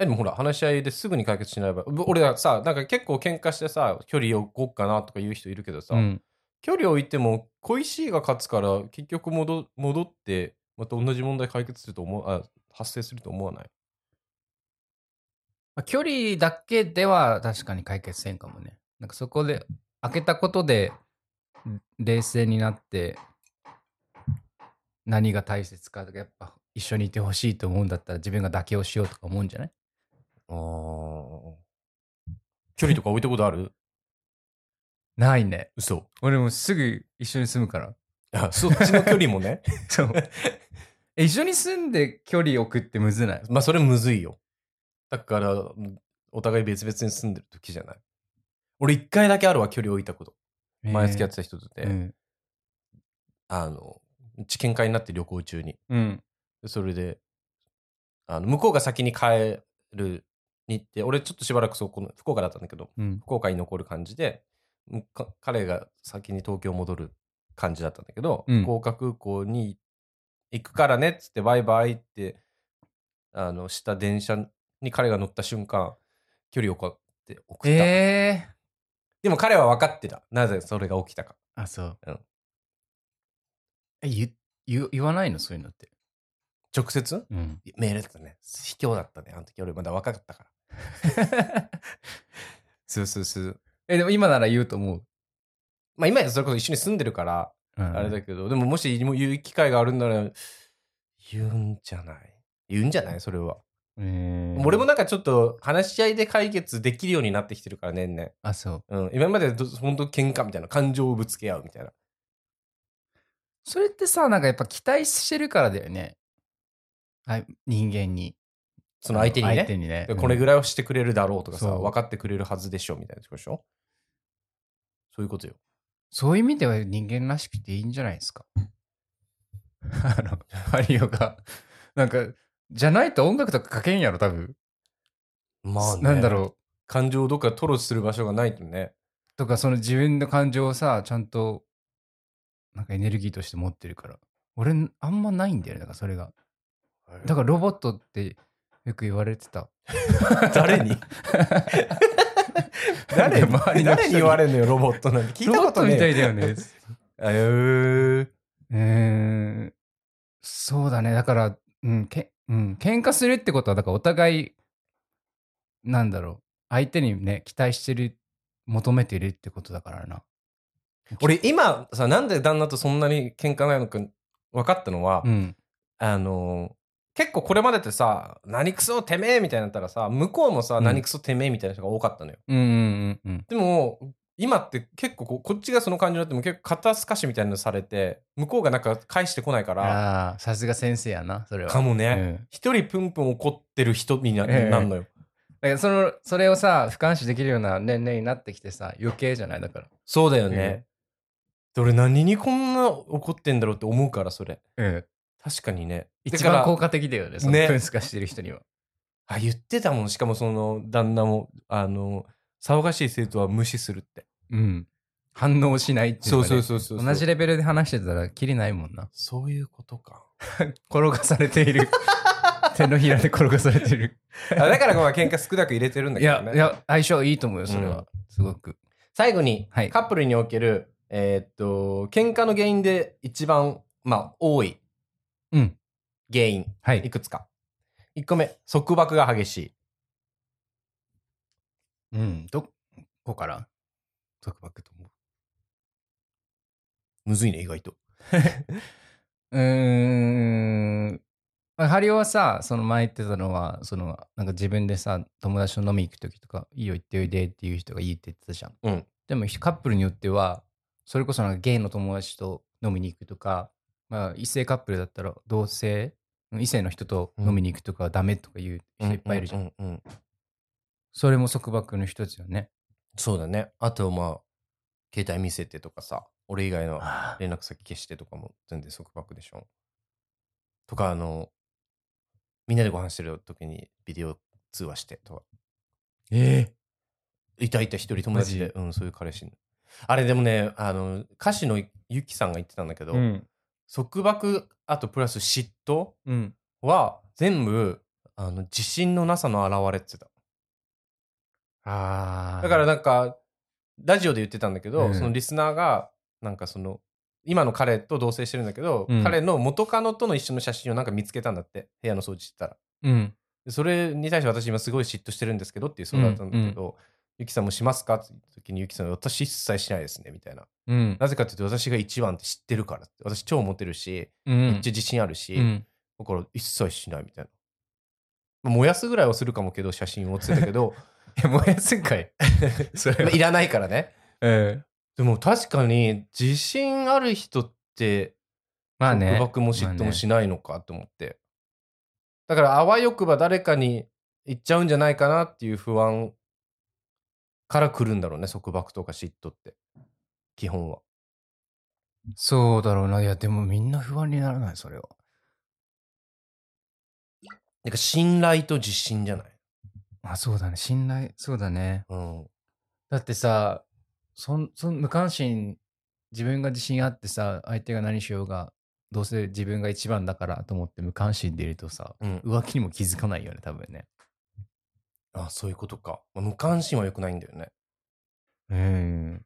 Speaker 1: え、でもほら、話し合いですぐに解決しない場合、ぶ俺はさ、なんか結構喧嘩してさ、距離を置こうかなとか言う人いるけどさ、
Speaker 2: うん。
Speaker 1: 距離を置いても恋しいが勝つから、結局戻戻って、また同じ問題解決すると思う、あ、発生すると思わない。
Speaker 2: まあ、距離だけでは確かに解決せんかもね。なんかそこで、開けたことで、うん冷静になって、何が大切かとか、やっぱ一緒にいてほしいと思うんだったら自分が妥協しようとか思うんじゃない
Speaker 1: あ距離とか置いたことある
Speaker 2: ないね。
Speaker 1: 嘘。
Speaker 2: 俺もうすぐ一緒に住む から。
Speaker 1: あ、そっちの距離も ね。
Speaker 2: そう。え一緒に住んで距離置くってむずない
Speaker 1: まあ、それむずいよ。だから、お互い別々に住んでる時じゃない。俺一回だけあるわ、距離置いたこと。前付き合ってた人とて、
Speaker 2: うん
Speaker 1: あの、知見会になって旅行中に。
Speaker 2: うん
Speaker 1: それで、あの、向こうが先に帰るに行って、俺ちょっとしばらくそこの、福岡だったんだけど、
Speaker 2: うん
Speaker 1: 福岡に残る感じで、むか彼が先に東京戻る感じだったんだけど、
Speaker 2: うん
Speaker 1: 福岡空港に行くからねっつって、バイバイって、あの、した電車に彼が乗った瞬間、距離をこうやって送った。
Speaker 2: え
Speaker 1: でも彼は分かってた。なぜそれが起きたか。
Speaker 2: ー、あそう、
Speaker 1: うん
Speaker 2: え、言、言言わないのそういうのって。
Speaker 1: 直接
Speaker 2: うん。
Speaker 1: メールだったね。卑怯だったね。あの時俺まだ若かったから。 スースースー。
Speaker 2: え、でも今なら言うと思う。
Speaker 1: まあ今やそれこそ一緒に住んでるから、
Speaker 2: うん
Speaker 1: あれだけど、でももし言う機会があるんなら、言うんじゃない言うんじゃないそれは。
Speaker 2: えー
Speaker 1: 俺もなんかちょっと話し合いで解決できるようになってきてるから、年々。
Speaker 2: あ、そう。
Speaker 1: うん、今までど本当喧嘩みたいな感情をぶつけ合うみたいな
Speaker 2: それってさ、なんかやっぱ期待してるからだよね。はい、人間に。
Speaker 1: その相手にね
Speaker 2: 相手にね。
Speaker 1: これぐら
Speaker 2: らい。
Speaker 1: いはしてくれるだろうとかさ、
Speaker 2: そう
Speaker 1: 分かってくれるはずでしょみたいなことでしょそういうことよ
Speaker 2: そういう意味では人間らしくていいんじゃないですか。 あの、マリオが。なんか、じゃないと音楽とか書けんやろ、多分。
Speaker 1: ま
Speaker 2: なんだろう。
Speaker 1: 感情をどっか吐露する場所がないとね
Speaker 2: とか、その自分の感情をさ、ちゃんと、なんかエネルギーとして持ってるから。俺、あんまないんだよね、だからそれが。だからロボットってよく言われてた。
Speaker 1: 誰に 誰に
Speaker 2: 周りの人に
Speaker 1: 誰に言われるのよロボットなんて聞いたこと
Speaker 2: ロボットみた
Speaker 1: ね
Speaker 2: いだよ ね。
Speaker 1: えー、
Speaker 2: うーんそうだね。だから、うん、け、うん、喧嘩するってことは、だからお互い、なんだろう、相手にね、期待してる、求めてるってことだからな。
Speaker 1: 俺今さなんで旦那とそんなに喧嘩ないのか分かったのは、
Speaker 2: うん。
Speaker 1: あのー結構これまでってさ「何クソてめえ」みたいになったらさ向こうもさ「
Speaker 2: うん
Speaker 1: 何クソてめえ」みたいな人が多かったのよ、
Speaker 2: うんうんうんうん。
Speaker 1: でも今って結構こうこっちがその感じになっても結構肩透かしみたいなのされて向こうがなんか返してこないから
Speaker 2: ああ、さすが先生やな、それは。
Speaker 1: かも
Speaker 2: う
Speaker 1: ね
Speaker 2: ん
Speaker 1: 一、人プンプン怒ってる人にな,、
Speaker 2: ええ
Speaker 1: なんのよ
Speaker 2: だからその、それをさ、俯瞰視できるような年齢になってきてさ、余計じゃないだから。
Speaker 1: そうだよ
Speaker 2: え
Speaker 1: ね、で俺何にこんな怒ってんだろうって思うからそれ
Speaker 2: うん。
Speaker 1: 確かにね
Speaker 2: 一
Speaker 1: だか
Speaker 2: 番
Speaker 1: ら
Speaker 2: 効果的だよね、その
Speaker 1: ね
Speaker 2: 分析してる人には。
Speaker 1: あ言ってたもんしかもその旦那もあの騒がしい生徒は無視するって
Speaker 2: うん。反応しないっていうか
Speaker 1: そ
Speaker 2: ね、
Speaker 1: うそうそうそう
Speaker 2: 同じレベルで話してたら、きりないもんな。
Speaker 1: そういうことか。
Speaker 2: 転がされている 手のひらで転がされている
Speaker 1: あだからこう喧嘩少なく入れてるんだ
Speaker 2: い
Speaker 1: けど
Speaker 2: や
Speaker 1: ね。
Speaker 2: いや相性いいと思うよそれは、
Speaker 1: うん
Speaker 2: すごく
Speaker 1: 最後に、
Speaker 2: はい
Speaker 1: カップルにおける、えーっと、喧嘩の原因で一番、まあ、多い
Speaker 2: うん
Speaker 1: 原因、
Speaker 2: はいい
Speaker 1: くつか。1個目、束縛が激しい。
Speaker 2: うんどこから
Speaker 1: 束縛と思う。むずいね、意外と。
Speaker 2: うーんまあハリオはさその前言ってたのはそのなんか自分でさ友達と飲み行く時とか「いいよ行っておいで」っていう人がいいって言ってたじゃん、
Speaker 1: うん
Speaker 2: でもカップルによってはそれこそなんかゲイの友達と飲みに行くとか、まあ、異性カップルだったら同性異性の人と飲みに行くとかはダメとか言う人いっぱいいるじゃん
Speaker 1: うんうんうん
Speaker 2: それも束縛の一つよね。
Speaker 1: そうだね。あと、まあ、携帯見せてとかさ、俺以外の連絡先消してとかも全然束縛でしょ。とか、あの、みんなでご飯してる時にビデオ通話してとか。
Speaker 2: え
Speaker 1: いたいた、一人友達
Speaker 2: マ
Speaker 1: で。うん、そういう彼氏。あれでもね、あの、歌手のゆきさんが言ってたんだけど、
Speaker 2: ん。
Speaker 1: 束縛、あとプラス嫉妬
Speaker 2: うん。
Speaker 1: は全部、あの、自信のなさの表れって言ってた。
Speaker 2: ああ。
Speaker 1: だから、なんか、ラジオで言ってたんだけど、
Speaker 2: うん
Speaker 1: そのリスナーが、なんかその、今の彼と同棲してるんだけど、
Speaker 2: うん
Speaker 1: 彼の元カノとの一緒の写真をなんか見つけたんだって、部屋の掃除してたら。
Speaker 2: うん。
Speaker 1: でそれに対して私今すごい嫉妬してるんですけどっていう相談だったんだけど、ゆきさんもしますかって言った時にゆきさん私一切しないですねみたいな。
Speaker 2: うん。
Speaker 1: なぜかって言うと私が一番って知ってるからって。私超モテるし、
Speaker 2: うん。
Speaker 1: めっちゃ自信あるし、
Speaker 2: うん。
Speaker 1: だから一切しないみたいな。まあ燃やすぐらいはするかもけど写真をって言ってたけ ど、
Speaker 2: え、燃やすん かい。それ
Speaker 1: まあ
Speaker 2: は。
Speaker 1: いらないからね。
Speaker 2: ええ。
Speaker 1: でも確かに自信ある人って
Speaker 2: まあね。
Speaker 1: 束縛も嫉妬もしないのかと思って、だからあわよくば誰かに行っちゃうんじゃないかなっていう不安から来るんだろうね束縛とか嫉妬って基本は
Speaker 2: そうだろうな。いや、でもみんな不安にならない、それは。
Speaker 1: なんか信頼と自信じゃない、
Speaker 2: あ、そうだね。信頼、そうだね。
Speaker 1: うん、
Speaker 2: だってさ、そん、そん、無関心、自分が自信あってさ、相手が何しようが、どうせ自分が一番だからと思って無関心でいるとさ、
Speaker 1: うん、
Speaker 2: 浮気にも気づかないよね、多分ね。
Speaker 1: あそういうことかまあ無関心は良くないんだよね
Speaker 2: うん。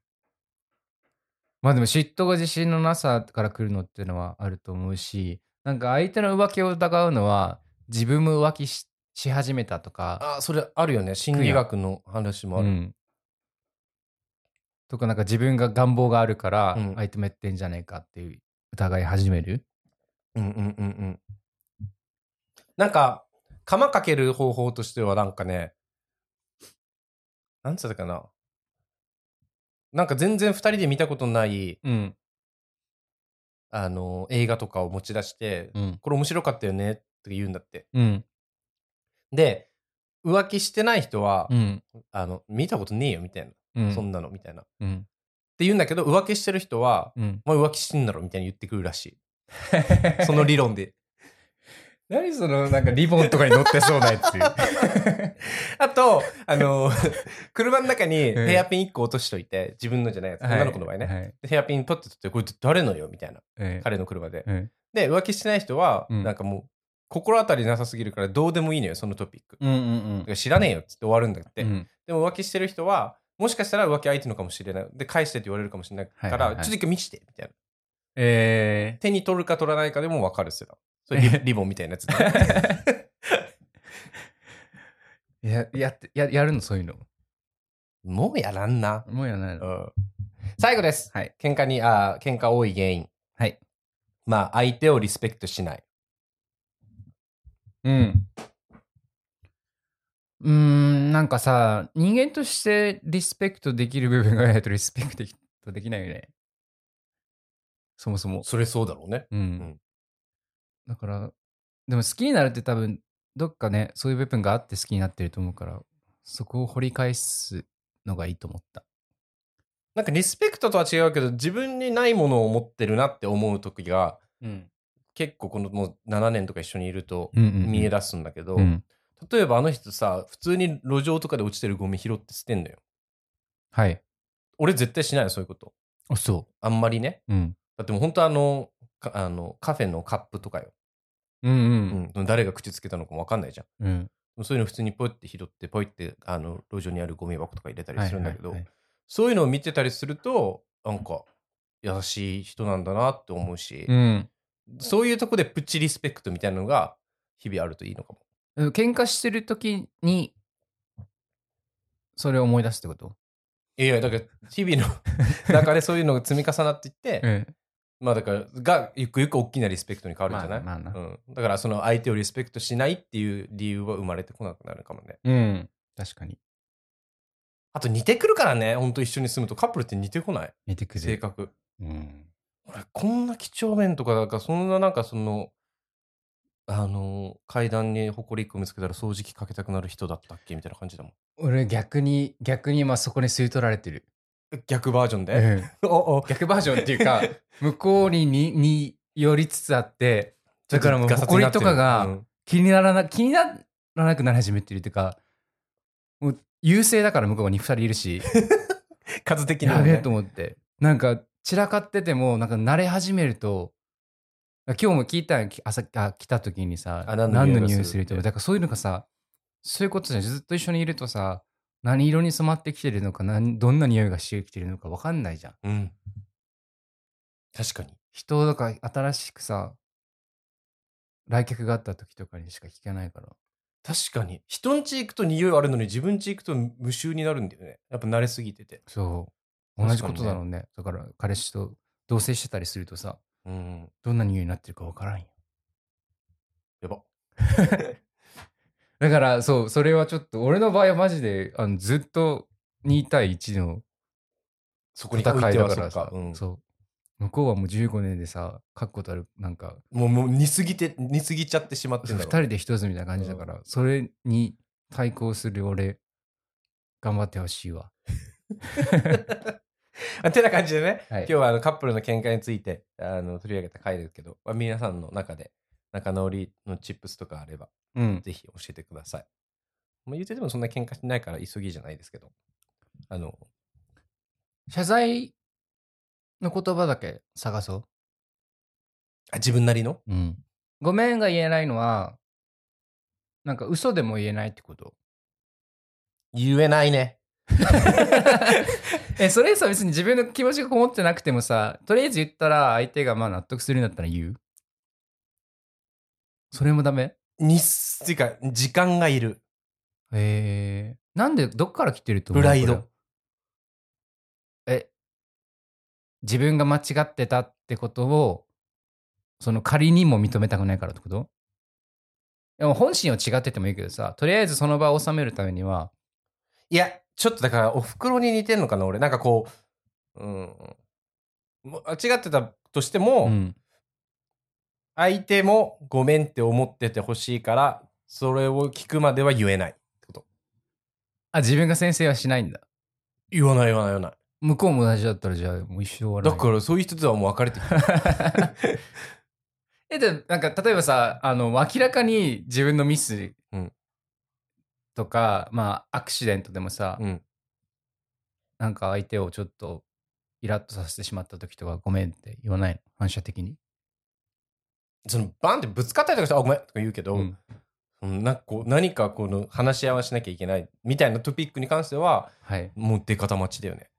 Speaker 2: まあでも嫉妬が自信のなさから来るのっていうのはあると思うし、なんか相手の浮気を疑うのは自分も浮気しし始めたとか、
Speaker 1: ああ、それあるよね。心理学の話もあ
Speaker 2: う
Speaker 1: る。
Speaker 2: ん。とかなんか自分が願望があるから
Speaker 1: うん
Speaker 2: 相手もやってんじゃないかっていう疑い始める。
Speaker 1: うんうんうんうん。なんか、釜かける方法としてはなんかね、なんつったかな。なんか全然二人で見たことない、
Speaker 2: うん。
Speaker 1: あの、映画とかを持ち出して、
Speaker 2: うん。
Speaker 1: これ面白かったよねって言うんだって。
Speaker 2: うん。
Speaker 1: で、浮気してない人は、
Speaker 2: うん。
Speaker 1: あの、見たことねえよみたいな。
Speaker 2: うん。
Speaker 1: そんなのみたいな。っ
Speaker 2: うん。
Speaker 1: て言うんだけど、浮気してる人は、
Speaker 2: うん。
Speaker 1: お前浮気してんだろみたいに言ってくるらしい。その理論で。
Speaker 2: 何そのなんかリボンとかに乗ってそうなやつ。
Speaker 1: あと、あの、車の中に
Speaker 2: うん
Speaker 1: ヘアピン1個落としといて、自分のじゃないやつ、女の子の場合ね。
Speaker 2: はい。
Speaker 1: でヘアピンポッて取って、これ誰のよみたいな。
Speaker 2: え
Speaker 1: 彼の車で。
Speaker 2: え
Speaker 1: で、浮気してない人は、
Speaker 2: うん
Speaker 1: なんかもう、心当たりなさすぎるからどうでもいいのよ、そのトピック。
Speaker 2: うんうん
Speaker 1: だから知らねえよっつって終わるんだって。
Speaker 2: うん。
Speaker 1: でも浮気してる人は、もしかしたら浮気相手のかもしれない。で、返してって言われるかもしれないから、
Speaker 2: はいはいはい
Speaker 1: ちょっと一回見して、みたいな。
Speaker 2: え
Speaker 1: 手に取るか取らないかでも分かるっすよ。それリリボンみたいなやつで。
Speaker 2: ー、ややってややるのそういうの。
Speaker 1: もうやらんな。
Speaker 2: もうやらないの。
Speaker 1: うん最後です。
Speaker 2: はい
Speaker 1: 喧嘩に、あー喧嘩多い原因。
Speaker 2: はい。
Speaker 1: まあ、相手をリスペクトしない。
Speaker 2: うん。うーん、なんかさ、人間としてリスペクトできる部分がないとリスペクトできないよね。そもそも。
Speaker 1: それそうだろうね。
Speaker 2: うん。
Speaker 1: ん
Speaker 2: だから、でも好きになるって多分、どっかね、そういう部分があって好きになってると思うから、そこを掘り返すのがいいと思った。
Speaker 1: なんかリスペクトとは違うけど、自分にないものを持ってるなって思う時が、
Speaker 2: うん。
Speaker 1: 結構このもう7年とか一緒にいると
Speaker 2: うんうんうん
Speaker 1: 見え出すんだけど、
Speaker 2: うん。
Speaker 1: 例えばあの人さ、普通に路上とかで落ちてるゴミ拾って捨てんのよ。
Speaker 2: はい。
Speaker 1: 俺絶対しないよ、そういうこと。
Speaker 2: あ、そ
Speaker 1: あんまりね。
Speaker 2: う。うん。
Speaker 1: だってもう本当あの、かあのカフェのカップとかよ。
Speaker 2: うんうん。
Speaker 1: うん、誰が口つけたのかもわかんないじゃん。
Speaker 2: うん。
Speaker 1: そういうの普通にポイって拾って、ポイってあの路上にあるゴミ箱とか入れたりするんだけど、
Speaker 2: はいはいはい
Speaker 1: そういうのを見てたりすると、なんか優しい人なんだなって思うし、
Speaker 2: うん。
Speaker 1: そういうとこでプチリスペクトみたいなのが日々あるといいのかも。
Speaker 2: うん喧嘩してる時にそれを思い出すってこと
Speaker 1: いやいや、だから日々の 中でそういうのが積み重なっていって、
Speaker 2: ん。
Speaker 1: まあだから、がゆくゆく大きなリスペクトに変わるんじゃない、
Speaker 2: まあまあな
Speaker 1: うん、だからその相手をリスペクトしないっていう理由は生まれてこなくなるかもね。
Speaker 2: うん。確かに。
Speaker 1: あと似てくるからね、本当一緒に住むとカップルって似てこない
Speaker 2: 似てくる。
Speaker 1: 性格。
Speaker 2: うん。
Speaker 1: 俺こんな几帳面とかだからそんななんかそのあの階段にほこり1個見つけたら掃除機かけたくなる人だったっけみたいな感じだもん
Speaker 2: 俺逆に、逆にまあそこに吸い取られてる。
Speaker 1: 逆バージョンで、
Speaker 2: うん
Speaker 1: おお
Speaker 2: 逆バージョンっていうか、 向こうににに寄りつつあって、だからもう
Speaker 1: ガサツになってる
Speaker 2: ほこりとかが
Speaker 1: うん
Speaker 2: 気にならな、気にならなくなり始めてるっていうか、もう優勢だから向こうに2人いるし、
Speaker 1: 数的にも
Speaker 2: やべえ
Speaker 1: ね
Speaker 2: と思って。なんか、散らかってても、なんか慣れ始めると、今日も聞いたんき朝あ来た時にさ、
Speaker 1: あ何の匂いが
Speaker 2: 匂い
Speaker 1: す
Speaker 2: す
Speaker 1: る
Speaker 2: ると。だからそういうのがさ、そういうことじゃん。ずっと一緒にいるとさ、何色に染まってきてるのか、何どんな匂いがしてきてるのか分かんないじゃん。
Speaker 1: うん確かに
Speaker 2: 人とか新しくさ、来客があった時とかにしか聞けないから。
Speaker 1: 確かに人ん家行くと匂いあるのに自分家行くと無臭になるんだよねやっぱ慣れすぎてて
Speaker 2: そう。
Speaker 1: 確かにね
Speaker 2: 同じことだろうね。だから彼氏と同棲してたりするとさ、
Speaker 1: うん
Speaker 2: どんな匂いになってるか分からんよ。
Speaker 1: やば
Speaker 2: だから、そう、それはちょっと、俺の場合はマジで、あのずっと2対1の
Speaker 1: そこ
Speaker 2: 戦
Speaker 1: に
Speaker 2: い
Speaker 1: 置
Speaker 2: だ
Speaker 1: いては
Speaker 2: か
Speaker 1: そ
Speaker 2: ら
Speaker 1: っか
Speaker 2: さ、、
Speaker 1: うん、
Speaker 2: そう。向こうはもう15年でさ、確固たる、なんか、
Speaker 1: もうもう似すぎて似すぎちゃってしまってん
Speaker 2: 2
Speaker 1: だろう
Speaker 2: 人で一つみたいな感じだから、それに対抗する俺、頑張ってほしいわ。
Speaker 1: あてな感じでね、
Speaker 2: はい
Speaker 1: 今日はあのカップルの喧嘩についてあの取り上げた回ですけど、まあ、皆さんの中で仲直りのチップスとかあれば、
Speaker 2: うん。
Speaker 1: ぜひ教えてください。まあ、言うてでもそんな喧嘩しないから急ぎじゃないですけど、あの、
Speaker 2: 謝罪の言葉だけ探そ
Speaker 1: あ自分なりの
Speaker 2: う。うん。ごめんが言えないのは、なんか嘘でも言えないってこと。
Speaker 1: 言えないね。
Speaker 2: え、それさ、別に自分の気持ちがこもってなくてもさ、とりあえず言ったら相手がまあ納得するんだったら言うそれもダメ
Speaker 1: 日数っていうか、時間がいる。
Speaker 2: えー、なんでどっから来てると思う
Speaker 1: プライ
Speaker 2: こ
Speaker 1: ド。
Speaker 2: れえ、自分が間違ってたってことを、その仮にも認めたくないからってことでも本心は違っててもいいけどさ、とりあえずその場を収めるためには、
Speaker 1: いや、ちょっとだから、お袋に似てんのかな、俺。なんかこう、うん。もう違ってたとしても、
Speaker 2: うん、
Speaker 1: 相手もごめんって思っててほしいから、それを聞くまでは言えない。
Speaker 2: あ、自分が先生はしないんだ。
Speaker 1: 言わない言わない言わない。
Speaker 2: 向こうも同じだったらじゃあもう一生終わら
Speaker 1: だ
Speaker 2: ない。
Speaker 1: から、そういう人とはもう別れてき た。
Speaker 2: え、でも、なんか、例えばさ、あの、明らかに自分のミス
Speaker 1: うん
Speaker 2: とか、まあ、アクシデントでもさ、
Speaker 1: うん。
Speaker 2: なんか相手をちょっとイラッとさせてしまった時とか、ごめんって言わないの、反射的に。
Speaker 1: その、バンってぶつかったりとかしたら、あ、ごめんとか言うけど、
Speaker 2: うん
Speaker 1: うんなんかこう、何かこの話し合わしなきゃいけないみたいなトピックに関しては、
Speaker 2: はい。
Speaker 1: もう出方待ちだよ ね。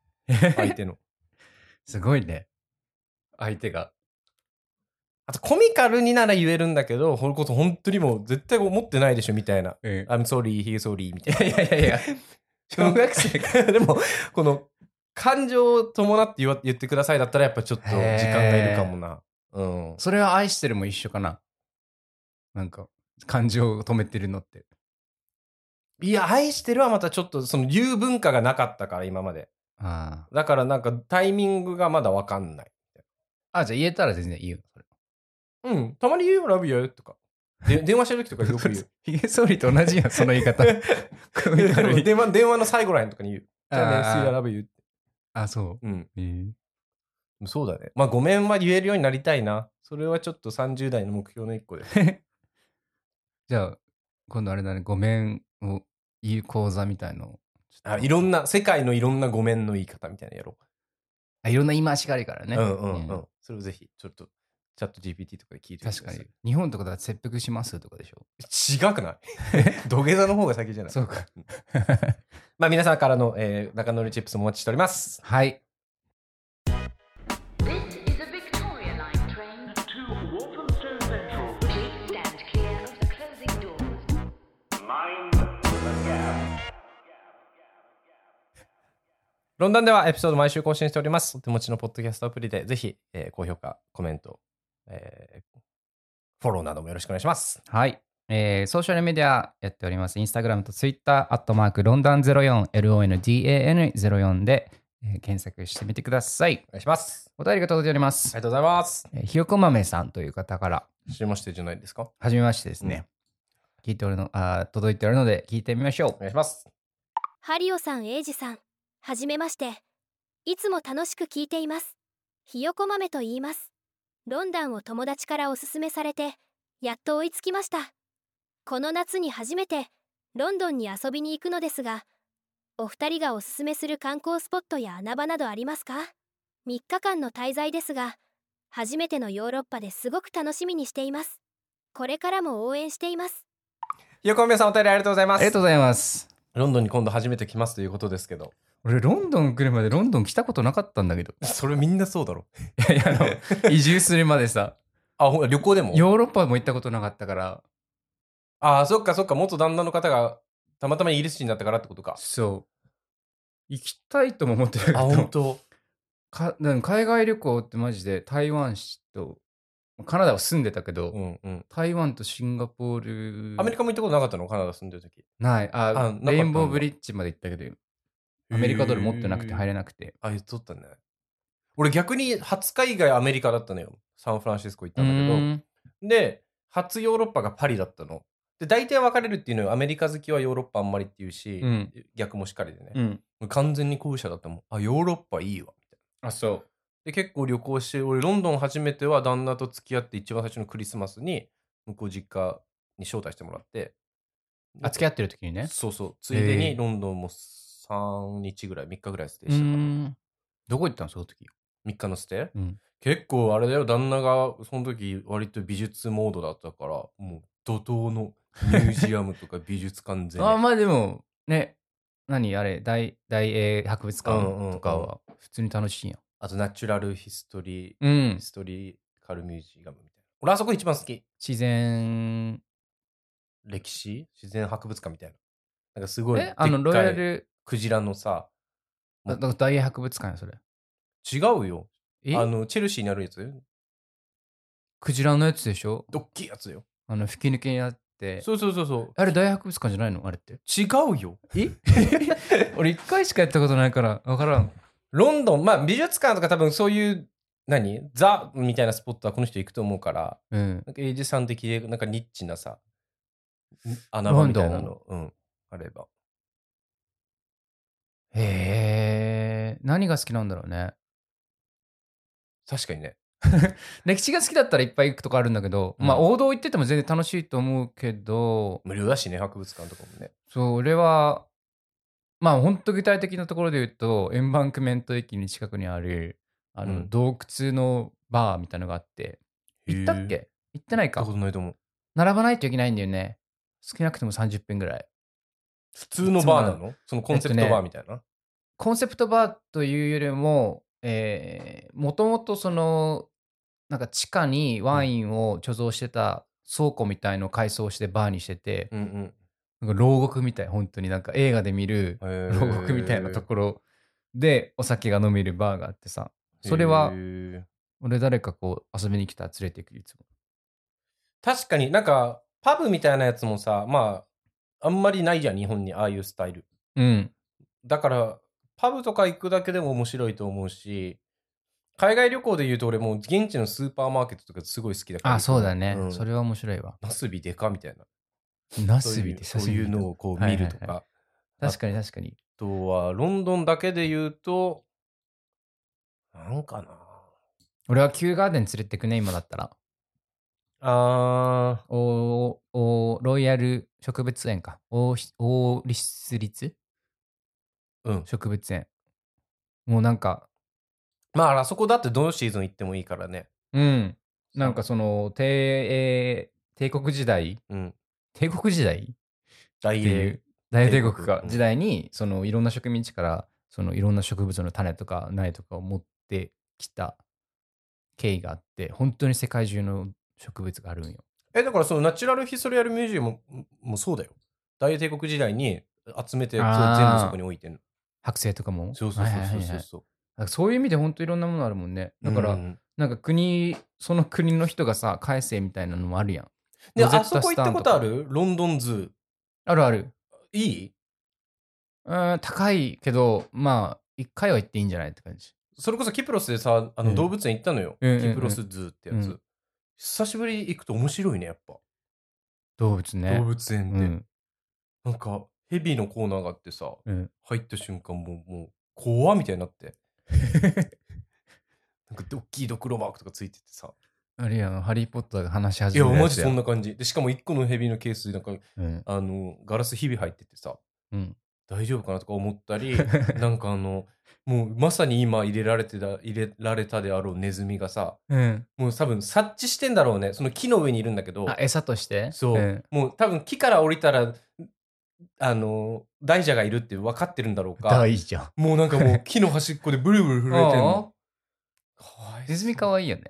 Speaker 1: 相手の。
Speaker 2: すごいね。相手が。
Speaker 1: あと、コミカルになら言えるんだけど、これこそ本当にもう絶対思ってないでしょみたいな。
Speaker 2: うん
Speaker 1: I'm sorry, he's sorry みたい
Speaker 2: いやいやいや、 小学生か。
Speaker 1: な。 でも、この、感情を伴って言わ言ってくださいだったら、やっぱちょっと時間がいるかもな。うん。
Speaker 2: それは愛してるも一緒かな。なんか、感情を止めてるのって。
Speaker 1: いや、愛してるはまたちょっと、その言う文化がなかったから、今まで。
Speaker 2: あ
Speaker 1: だからなんかタイミングがまだわかんない。
Speaker 2: あ。あ、じゃあ言えたら全然言う。それ
Speaker 1: うん、たまに言うよ、ラブよとか。で 電話してる時とかよく言う。
Speaker 2: ヒゲ総理と同じやん、その言い 方。コミカルに
Speaker 1: 電話電話の最後らへんとかに言う。じ ゃあね、See you, I
Speaker 2: あ
Speaker 1: love you.
Speaker 2: あ、そ
Speaker 1: うん。
Speaker 2: う。
Speaker 1: そうだね。まあ、ごめんは言えるようになりたいな。それはちょっと30代の目標の一個 で。
Speaker 2: じゃあ、今度あれだね、ごめんを言う講座みたいのを
Speaker 1: あいろんな、世界のいろんなごめんの言い方みたいなのやろ
Speaker 2: あいろんな言い回しがあるから
Speaker 1: う。
Speaker 2: ね。
Speaker 1: うんうんう
Speaker 2: うん
Speaker 1: ん。それをぜひ、ちょっと、チャット GPT とかで聞いてみて
Speaker 2: 確
Speaker 1: く
Speaker 2: か
Speaker 1: ださ
Speaker 2: に。日本とかだと切腹しますとかでしょ。
Speaker 1: い。違くない 土下座の方が先じゃない。
Speaker 2: そうか。
Speaker 1: まあ、皆さんからの、えー中乗りチップスもお待ちしております。
Speaker 2: はい。
Speaker 4: This is a Victoria Line train
Speaker 5: to Walthamstow Central.
Speaker 4: Please stand clear of the closing doors.
Speaker 5: Mind the gap.
Speaker 1: ロンドンではエピソード毎週更新しております。お手持ちのポッドキャストアプリで、ぜひ、えー高評価、コメント、えーフォローなどもよろしくお願いします。
Speaker 2: はい。えーソーシャルメディアやっております。インスタグラムとツイッター、アットマーク、ロンダン04、LONDAN04 で、えー検索してみてください
Speaker 1: お。願いします。
Speaker 2: お便りが届いております。
Speaker 1: ありがとうございます。
Speaker 2: えーひよこ豆さんという方から、
Speaker 1: 知りましてじゃないですか
Speaker 2: はじめましてですね。聞いておるの、あー届いておるので、聞いてみましょう
Speaker 1: お。願いします。
Speaker 6: ハリオさん、エイジさん、はじめまして。いつも楽しく聞いています。ひよこ豆と言います。ロンダンを友達からおすすめされて、やっと追いつきました。この夏に初めて、ロンドンに遊びに行くのですが、お二人がおすすめする観光スポットや穴場などありますか ?3 日間の滞在ですが、初めてのヨーロッパですごく楽しみにしています。これからも応援しています。
Speaker 1: 横宮さんお便りありがとうございま
Speaker 2: ありがとうございます。
Speaker 1: ロンドンに今度初めて来ますということですけど、
Speaker 2: 俺、ロンドン来るまでロンドン来たことなかったんだけど。
Speaker 1: それみんなそうだろ。
Speaker 2: いや、あ の、移住するまでさ、
Speaker 1: あ、ほら旅行でも
Speaker 2: ヨーロッパも行ったことなかったから、
Speaker 1: あ、そっかそっか、元旦那の方がたまたまイギリス人だったからってことか。
Speaker 2: そう。行きたいとも思ってたけ
Speaker 1: あ、本
Speaker 2: ど、
Speaker 1: 当。
Speaker 2: かでも海外旅行ってマジで台湾と、カナダは住んでたけど、
Speaker 1: うんうん。
Speaker 2: 台湾とシンガポール、
Speaker 1: アメリカも行ったことなかったのカナダ住んでる時。
Speaker 2: ない、あ
Speaker 1: なかったんだ
Speaker 2: レインボーブリッジまで行ったけど、アメリカドル持ってなくて入れなくて。
Speaker 1: あ、言っとったね。俺逆に20日以外アメリカだったのよ。サンフランシスコ行ったんだけど。
Speaker 2: うん
Speaker 1: で、初ヨーロッパがパリだったの。で、大体分かれるっていうのよ。アメリカ好きはヨーロッパあんまりっていうし、
Speaker 2: うん
Speaker 1: 逆もしかりでね。
Speaker 2: うん。
Speaker 1: もう完全に後者だったもん。あ、ヨーロッパいいわ。みたいな
Speaker 2: あ、そ
Speaker 1: で、結構旅行して、俺、ロンドン初めては旦那と付き合って一番最初のクリスマスに、向こう実家に招待してもらって。
Speaker 2: う。あ、付き合ってる時にね。
Speaker 1: そうそう。ついで
Speaker 2: へ
Speaker 1: に
Speaker 2: ー
Speaker 1: ロンドンも3日ぐらい、3日ぐらいステイ
Speaker 2: う
Speaker 1: したから。
Speaker 2: ん。どこ行ったのその時。
Speaker 1: 3日のステイ、
Speaker 2: うん
Speaker 1: 結構あれだよ旦那がその時割と美術モードだったからも う怒涛のミュージアムとか美術館全
Speaker 2: あ
Speaker 1: 部
Speaker 2: まあでもね何あれ大大英博物
Speaker 1: うんうんうん
Speaker 2: 館とかは普通に楽しいやん。
Speaker 1: あと、ナチュラルヒストリー、
Speaker 2: うん
Speaker 1: ヒ。ストリーカルミュージアムみたいな。俺、あそこ一番好き。
Speaker 2: 自然。
Speaker 1: 歴史自然博物館みたいな。なんかすごい。
Speaker 2: えあの
Speaker 1: でっ
Speaker 2: ロイ
Speaker 1: かい
Speaker 2: ヤル
Speaker 1: クジラのさ、
Speaker 2: だだ大英博物館やそれ。
Speaker 1: 違うよ。
Speaker 2: え
Speaker 1: あの、チェルシーにあるやつ
Speaker 2: クジラのやつでしょ
Speaker 1: ドッキーやつよ。
Speaker 2: あの吹き抜けにあって。
Speaker 1: そうそうそうそう。
Speaker 2: あれ大英博物館じゃないのあれって。
Speaker 1: 違うよ。
Speaker 2: え俺一回しかやったことないから分からん。
Speaker 1: ロンドン、まあ美術館とか多分そういう、何ザみたいなスポットはこの人行くと思うから、
Speaker 2: うん。
Speaker 1: なんかエイジさん的で、なんかニッチなさ、ん穴場みたいな
Speaker 2: ロ
Speaker 1: の、うん、あれば。
Speaker 2: へえ。何が好きなんだろうね。
Speaker 1: 確かにね。
Speaker 2: 歴史が好きだったらいっぱい行くとこあるんだけど、
Speaker 1: うん
Speaker 2: まあ王道行ってても全然楽しいと思うけど、
Speaker 1: 無料だしね、博物館とかもね。
Speaker 2: そう、俺は、まあ本当具体的なところで言うと、エンバンクメント駅に近くにある、あ
Speaker 1: う
Speaker 2: の、
Speaker 1: ん
Speaker 2: 洞窟のバーみたいのがあって、行ったっ
Speaker 1: へー行っ
Speaker 2: け行ってない
Speaker 1: た
Speaker 2: か
Speaker 1: ことないと思う。
Speaker 2: 並ばないといけないんだよね。少なくとも30分ぐらい。
Speaker 1: 普通のバーなのそのコンセプトバーみたいな。
Speaker 2: コンセプトバーというよりも、えー、もともとその、なんか地下にワインを貯蔵してた倉庫みたいのを改装してバーにしてて、
Speaker 1: うんうん。
Speaker 2: なんか牢獄みたい、本当になんか映画で見る
Speaker 1: へー
Speaker 2: 牢獄みたいなところでお酒が飲めるバーがあってさ、それは
Speaker 1: へー
Speaker 2: 俺誰かこう遊びに来たら連れて行くいつも。
Speaker 1: 確かになんか、パブみたいなやつもさ、まあ、あんまりないじゃん、日本にああいうスタイル。
Speaker 2: うん。
Speaker 1: だから、パブとか行くだけでも面白いと思うし、海外旅行で言うと俺もう現地のスーパーマーケットとかすごい好きだから。
Speaker 2: あ、そうだね。
Speaker 1: うん
Speaker 2: それは面白いわ。
Speaker 1: ナスビでかみたいな。
Speaker 2: ナ
Speaker 1: そう
Speaker 2: ス
Speaker 1: い
Speaker 2: ビ
Speaker 1: う
Speaker 2: で
Speaker 1: そ
Speaker 2: 久
Speaker 1: う
Speaker 2: し
Speaker 1: い
Speaker 2: ぶり
Speaker 1: う
Speaker 2: に
Speaker 1: のをこう見るとか。
Speaker 2: はいはいはい確かに確かに。
Speaker 1: あとは、ロンドンだけで言うと、なんかな。
Speaker 2: 俺はキューガーデン連れてくね、今だったら。
Speaker 1: あ
Speaker 2: おーおーロイヤル植物園か。おーおー立立
Speaker 1: ー、うん。
Speaker 2: 植物園。もうなんか、
Speaker 1: まあ、あそこだってどのシーズン行ってもいいからね。
Speaker 2: うん。なんかその、帝、えー帝国時代
Speaker 1: うん。
Speaker 2: 帝国時代
Speaker 1: 大
Speaker 2: ってい
Speaker 1: 英
Speaker 2: う。大帝国
Speaker 1: 帝
Speaker 2: が
Speaker 1: 国
Speaker 2: 時代にそのいろんな植民地からそのいろんな植物の種とか苗とかを持ってきた経緯があって本当に世界中の植物があるんよ。
Speaker 1: え、だからそのナチュラルヒストリアルミュージアムももうそうだよ。大英帝国時代に集めて全
Speaker 2: あー
Speaker 1: 部そこに置いてる
Speaker 2: 剥製とかも。
Speaker 1: そうそうそう
Speaker 2: はいはい
Speaker 1: そう
Speaker 2: はい
Speaker 1: そ
Speaker 2: は
Speaker 1: う
Speaker 2: い
Speaker 1: そう。
Speaker 2: なんかそういう意味で本当いろんなものあるもんね。だから、
Speaker 1: うん
Speaker 2: なんか国その国の人がさ改正みたいなのもあるやん。
Speaker 1: で、
Speaker 2: ロゼッ
Speaker 1: あそ
Speaker 2: タ
Speaker 1: こ行ったことあるロンドンズー。
Speaker 2: あるある。
Speaker 1: いい
Speaker 2: うん高いけどまあ一回は行っていいんじゃないって感じ。
Speaker 1: それこそキプロスでさ、あ
Speaker 2: う
Speaker 1: の
Speaker 2: ん
Speaker 1: 動物園行ったのよ。
Speaker 2: うんうんうん
Speaker 1: キプロスズーってやつ。
Speaker 2: うん
Speaker 1: 久しぶりに行くと面白いね、やっぱ。
Speaker 2: 動物ね。
Speaker 1: 動物園で。
Speaker 2: うん
Speaker 1: なんか、ヘビのコーナーがあってさ、
Speaker 2: うん
Speaker 1: 入った瞬間もう、もう、怖みたいにな って。なんか、ドッキードクロマークとかついててさ。
Speaker 2: あるいはハリー・ポッターが話し
Speaker 1: い
Speaker 2: 始
Speaker 1: や、
Speaker 2: める
Speaker 1: マ
Speaker 2: つ
Speaker 1: ジそんな感じ。で、しかも一個のヘビのケースで、なんか、
Speaker 2: うん
Speaker 1: あの、ガラスひび入っててさ、
Speaker 2: うん
Speaker 1: 大丈夫かなとか思った り、なんかあの、もうまさに今入れられてた、入れられたであろうネズミがさ、
Speaker 2: うん、
Speaker 1: もう多分察知してんだろうね。その木の上にいるんだけど
Speaker 2: あ、餌として
Speaker 1: そう、
Speaker 2: ん
Speaker 1: もう多分木から降りたら、あの、大蛇がいるって分かってるんだろうか。
Speaker 2: 大じゃん。
Speaker 1: もうなんかもう木の端っこでブルブル震えてんの。かわいそう
Speaker 2: ネズミ可愛いよね。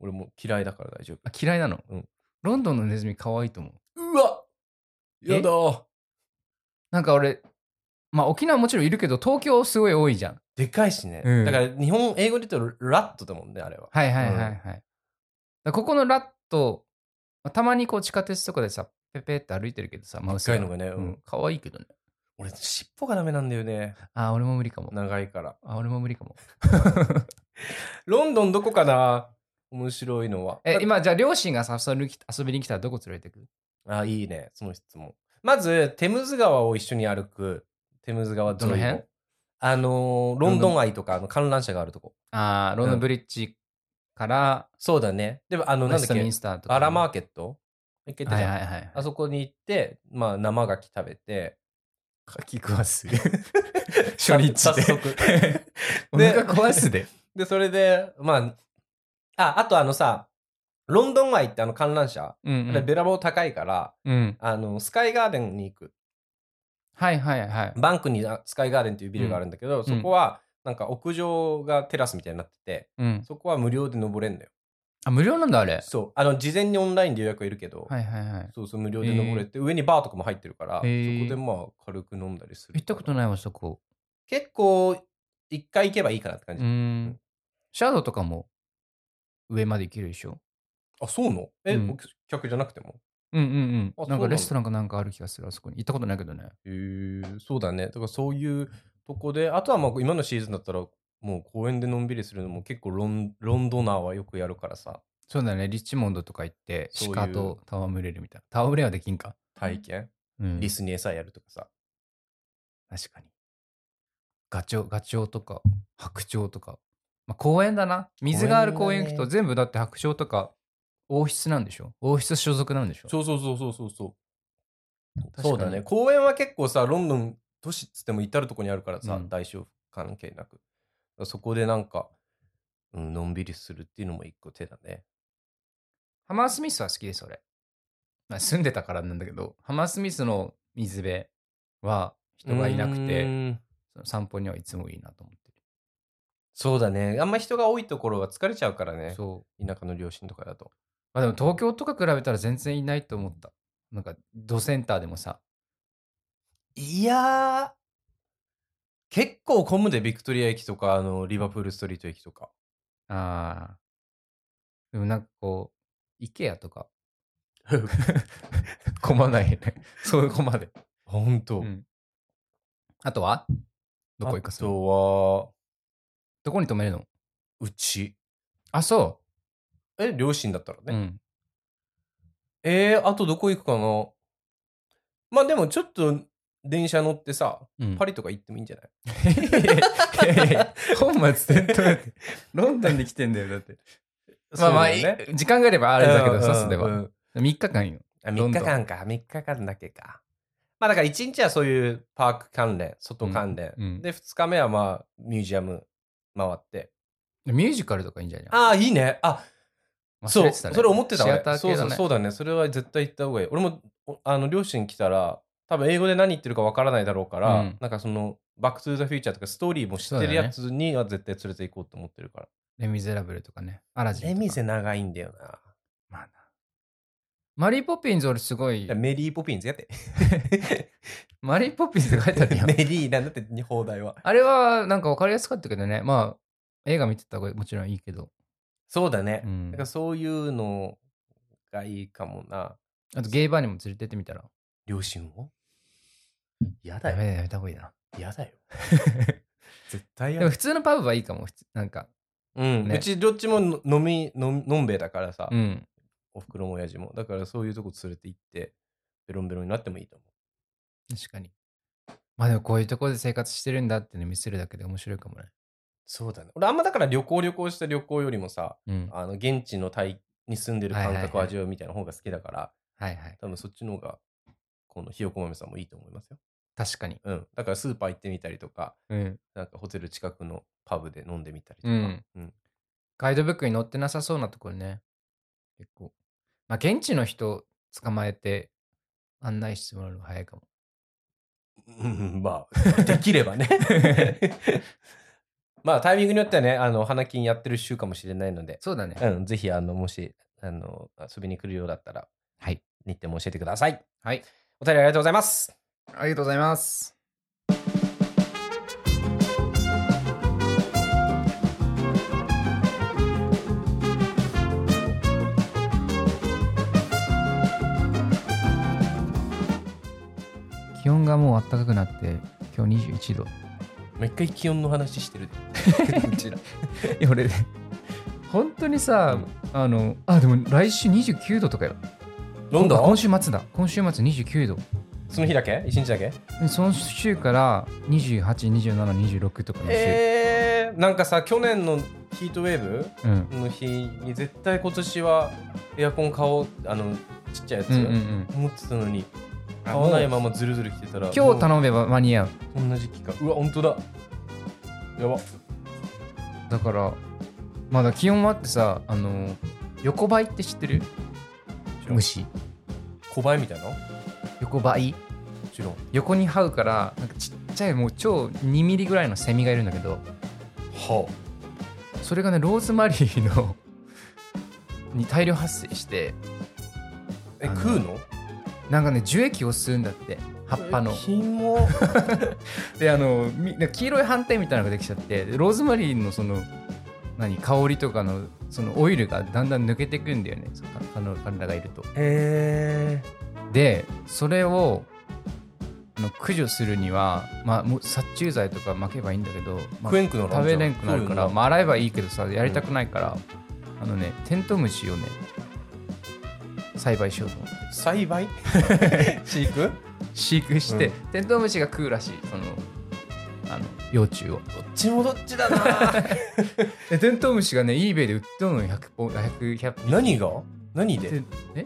Speaker 1: 俺もう嫌いだから大丈
Speaker 2: あ嫌いなの、
Speaker 1: うん
Speaker 2: ロンドンのネズミ可愛いと思う。
Speaker 1: 夫。うわやだ
Speaker 2: なんか俺、まあ沖縄もちろんいるけど、東京すごい多いじゃん。
Speaker 1: でかいしね、
Speaker 2: うん
Speaker 1: だから日本英語で言うとラットだもんね、あれは。
Speaker 2: はいはいはいはい。だからここのラット、まあたまにこう地下鉄とかでさ、ペペって歩いてるけどさ、マウス
Speaker 1: でっかいのがね
Speaker 2: う
Speaker 1: うん
Speaker 2: ん。可愛いけどね。
Speaker 1: 俺、尻尾がダメなんだよね。
Speaker 2: あ、俺も無理かも。
Speaker 1: 長いから。
Speaker 2: あ、俺も無理かも。
Speaker 1: ロンドンどこかな面白いのは。
Speaker 2: え
Speaker 1: だ、
Speaker 2: 今、じゃあ両親がさ遊びに来た遊びに来たらどこ連れてく
Speaker 1: あ、いいね。その質問。まず、テムズ川を一緒に歩く。テムズ川沿いを
Speaker 2: どの辺
Speaker 1: あのーロンドン愛とか、あの観覧車があるとこ。
Speaker 2: あーロンドンブリッジから、
Speaker 1: そうだね。でも、あの、
Speaker 2: ウ
Speaker 1: な
Speaker 2: ェ
Speaker 1: んだ
Speaker 2: ス
Speaker 1: っ
Speaker 2: トミ
Speaker 1: け
Speaker 2: ンスターとか。
Speaker 1: バラマー
Speaker 2: ク
Speaker 1: ケット一回行った
Speaker 2: は
Speaker 1: じ
Speaker 2: い
Speaker 1: ゃん
Speaker 2: はいはい。
Speaker 1: あそこに行って、まあ、生牡蠣食べて、
Speaker 2: かき食わ す。
Speaker 1: 初
Speaker 2: 日
Speaker 1: で
Speaker 2: で。お
Speaker 1: で
Speaker 2: 腹壊すで。
Speaker 1: で、それで、まあ、あ、あとあのさ、ロンドン街ってあの観覧車、
Speaker 2: うん
Speaker 1: あれべらぼう高いから、
Speaker 2: うん。
Speaker 1: あの、スカイガーデンに行く。
Speaker 2: はいはいはい。
Speaker 1: バンクにあスカイガーデンっていうビルがあるんだけど、
Speaker 2: ん
Speaker 1: そこはなんか屋上がテラスみたいになってて、
Speaker 2: うん。
Speaker 1: そこは無料で登れんのよ。
Speaker 2: あ、無料なんだ、あれ。
Speaker 1: そう。あの、事前にオンラインで予約はいるけど、
Speaker 2: はいはいはい。
Speaker 1: そうそう、無料で登れて、上にバーとかも入ってるから、
Speaker 2: へー
Speaker 1: そこでまあ、軽く飲んだりする。
Speaker 2: 行ったこと
Speaker 1: い。
Speaker 2: ないわ、そこ。
Speaker 1: 結構、一回行けばいいかなって感
Speaker 2: う
Speaker 1: じ。
Speaker 2: ーん。シャドウとかも上まで行けるでしょ。
Speaker 1: あ、そうのえ、
Speaker 2: うん
Speaker 1: 客じゃなくても
Speaker 2: うんうん
Speaker 1: あそ
Speaker 2: う。
Speaker 1: うんな
Speaker 2: なんん
Speaker 1: だ
Speaker 2: かレストランかなんかある気がする、あそこに。行ったことないけどね。
Speaker 1: へーそうだね。だからそういうとこで、あとはまあ、今のシーズンだったら、もう公園でのんびりするのも結構ロンロンドナーはよくやるからさ、
Speaker 2: そうだね、リッチモンドとか行って、
Speaker 1: そういう
Speaker 2: 鹿と戯れるみたいな。戯れはできんか。
Speaker 1: 体験、
Speaker 2: うん。
Speaker 1: リスに餌やるとかさ。
Speaker 2: 確かに。ガチョウ、ガチョウとか、白鳥とか。まあ、公園だな。水がある公園行く
Speaker 1: 公園だ
Speaker 2: と、
Speaker 1: ね
Speaker 2: 全部だって白鳥とか、王室なんでしょ王室所属なんでしょ
Speaker 1: そうそうそうそうそうそう。
Speaker 2: 確かに
Speaker 1: そうだね。公園は結構さ、ロンドン都市っつっても至るとこにあるからさ、
Speaker 2: うん
Speaker 1: 大小関係なく。だからそこでなんか、うん、のんびりするっていうのも一個手だね。
Speaker 2: ハマースミスは好きです、俺。まあ、住んでたからなんだけど、ハマースミスの水辺は人がいなく
Speaker 1: う
Speaker 2: て、
Speaker 1: ーん。
Speaker 2: その散歩にはいつもいいなと思って
Speaker 1: そうだね。あんま人が多いところは疲れちゃうから
Speaker 2: る。
Speaker 1: ね。
Speaker 2: そう。
Speaker 1: 田舎の両親とかだと。
Speaker 2: まあでも東京とか比べたら全然いないと思った。なんか、ドセンターでもさ。
Speaker 1: いやー、結構混むで、ビクトリア駅とか、あの、リバプールストリート駅とか。
Speaker 2: ああ。でもなんかこう、IKEA とか。混まないよね。そういう混まで。
Speaker 1: ほんと。
Speaker 2: うんあとはどこ行か
Speaker 1: あ
Speaker 2: す
Speaker 1: とは、
Speaker 2: どこに泊めるの
Speaker 1: うち。
Speaker 2: あ、そ
Speaker 1: え、両親だったらね。
Speaker 2: う。うん。
Speaker 1: えー、あとどこ行くかなまあでもちょっと電車乗ってさ、
Speaker 2: うん
Speaker 1: パリとか行ってもいいんじゃない
Speaker 2: いやいやいや本末転倒だって。ロンドンに来てんだよ、だって。 まあまあ、
Speaker 1: そうだよね
Speaker 2: い時間があればあれだけ
Speaker 1: う
Speaker 2: ど、
Speaker 1: ん
Speaker 2: さすで
Speaker 1: う
Speaker 2: は。
Speaker 1: ん
Speaker 2: 3日間よ。
Speaker 1: あ
Speaker 2: ロ
Speaker 1: 3
Speaker 2: ンド
Speaker 1: 日
Speaker 2: ン
Speaker 1: 間か、3日間だけか。まあだから1日はそういうパーク関連、外関連。
Speaker 2: うんうん
Speaker 1: で、2日目はまあミュージアム回って。
Speaker 2: ミュージカルとかいいんじゃない
Speaker 1: ああ、いいね。あ、
Speaker 2: 忘
Speaker 1: そ
Speaker 2: れ
Speaker 1: う、
Speaker 2: てたね
Speaker 1: それ思ってた
Speaker 2: シ
Speaker 1: 俺
Speaker 2: アター
Speaker 1: そう
Speaker 2: 系
Speaker 1: そ
Speaker 2: だ
Speaker 1: う
Speaker 2: ね。
Speaker 1: そうだね。それは絶対行った方がいい。俺も、おあの、両親来たら、多分英語で何言ってるかわからないだろうから、
Speaker 2: うん
Speaker 1: なんかその、バックトゥーザフューチャーとかストーリーも知ってるやつには絶対連れて行こうと思ってるから。
Speaker 2: レ・ミゼラブルとかね。アラジンと
Speaker 1: レ
Speaker 2: か。
Speaker 1: ミゼ長いんだよな。
Speaker 2: まあなマリー・ポピンズ俺すごい
Speaker 1: いや。メリーポピンズやって。
Speaker 2: マリー・ポピンズって書いてあるやん
Speaker 1: メ。リーなんだって、放題は。
Speaker 2: あれはなんか分かりやすかったけどね。まあ、映画見てた方がもちろんいいけど。
Speaker 1: そうだね。
Speaker 2: うん
Speaker 1: だからそういうのがいいかもな。
Speaker 2: あとゲイバーにも連れてってみたら。
Speaker 1: 両親をやだ
Speaker 2: ダメ
Speaker 1: よ。
Speaker 2: だよ、やめた方がいいな。
Speaker 1: やだよ。絶対
Speaker 2: で
Speaker 1: や
Speaker 2: も
Speaker 1: だ
Speaker 2: 普通のパブはいいかも。普通なんか。
Speaker 1: うん。
Speaker 2: ね
Speaker 1: うちどっちもの飲み、のんのんべえだからさ。
Speaker 2: うん。
Speaker 1: おふくろも親父も。だからそういうとこ連れて行って、ベロンベロンになってもいいと思
Speaker 2: 確かに。まあでもこういうところで生活してるんだっていうの見せるだけで面白いかもね。
Speaker 1: う。そうだね。俺あんまだから旅行旅行して旅行よりもさ、
Speaker 2: うん。
Speaker 1: あの、現地のタイに住んでる感覚を味わうみたいな方が好きだから、
Speaker 2: はいはい。
Speaker 1: 多分そっちの方が、このひよこ豆さんもいいと思いますよ。
Speaker 2: 確かに。
Speaker 1: うん。だからスーパー行ってみたりとか、
Speaker 2: うん。
Speaker 1: なんかホテル近くのパブで飲んでみたりとか。
Speaker 2: うん
Speaker 1: うん
Speaker 2: ガイドブックに載ってなさそうなところね。結構。まあ現地の人捕まえて案内してもらうのが早いかも。
Speaker 1: うん、 まあ、できれば ね。まあ、タイミングによってはね、あの、花金やってる週かもしれないので、
Speaker 2: そうだね。
Speaker 1: うん、ぜひ、あの、もし、あの、遊びに来るようだったら、
Speaker 2: はい。
Speaker 1: 日程も教えてください。
Speaker 2: はい。
Speaker 1: お便りありがとうございます。
Speaker 2: ありがとうございます。気温がもう暖かくなって今日21度。
Speaker 1: 毎回気温の話してる。う ちら
Speaker 2: いや俺本当にさ、あのあでも来週29度とかよ。
Speaker 1: ロンドン
Speaker 2: 今週末だ。今週末29度。
Speaker 1: その日だけ一日だけ
Speaker 2: でその週から28、27、26とかの週。
Speaker 1: えー、なんかさ、去年のヒートウェー
Speaker 2: うん。
Speaker 1: ブの日に絶対今年はエアコン買おう、あの、ちっちゃいやつ、
Speaker 2: うんうんうん。
Speaker 1: 思ってたのに、
Speaker 2: あ
Speaker 1: 買わないままずるずる来てたら、
Speaker 2: 今日頼めば間に合う。
Speaker 1: もう同じ期間。うわ、本当だ。やば。
Speaker 2: だから、まだ気温もあってさ、あの、横ばいって知ってる
Speaker 1: 知らん
Speaker 2: 虫。
Speaker 1: 小映えみたいな
Speaker 2: 横ばい
Speaker 1: ちろん。
Speaker 2: 横に這うからなんかちっちゃいもう超2ミリぐらいのセミがいるんだけど
Speaker 1: は
Speaker 2: それがねローズマリーの に大量発生して
Speaker 1: あ。え、
Speaker 2: あの
Speaker 1: 食うの
Speaker 2: なんかね樹液を吸うんだって葉っぱの
Speaker 1: え。キモ。
Speaker 2: であのみなんか黄色い斑点みたいなのができちゃってでローズマリーのその何香りとかのそのオイルがだんだん抜けてくんだよねその彼の彼らがいると。
Speaker 1: へ
Speaker 2: でそれをあの駆除するには、まあ、もう殺虫剤とか巻けばいいんだけど、 まあ
Speaker 1: 食えんくなる
Speaker 2: 食べれんくな
Speaker 1: 食え
Speaker 2: るから、
Speaker 1: んくなる
Speaker 2: まあ、洗えばいいけどさやりたくないから、あのねテントウムシをね栽培しようと思って
Speaker 1: え。栽培飼育
Speaker 2: 飼育して、
Speaker 1: うん
Speaker 2: テントウムシが食うらしいそのあの幼虫を
Speaker 1: どっちもどっちだ な。
Speaker 2: でテントウムシがね eBay で売ってるのよ100本100 100匹
Speaker 1: 何が何で
Speaker 2: でえ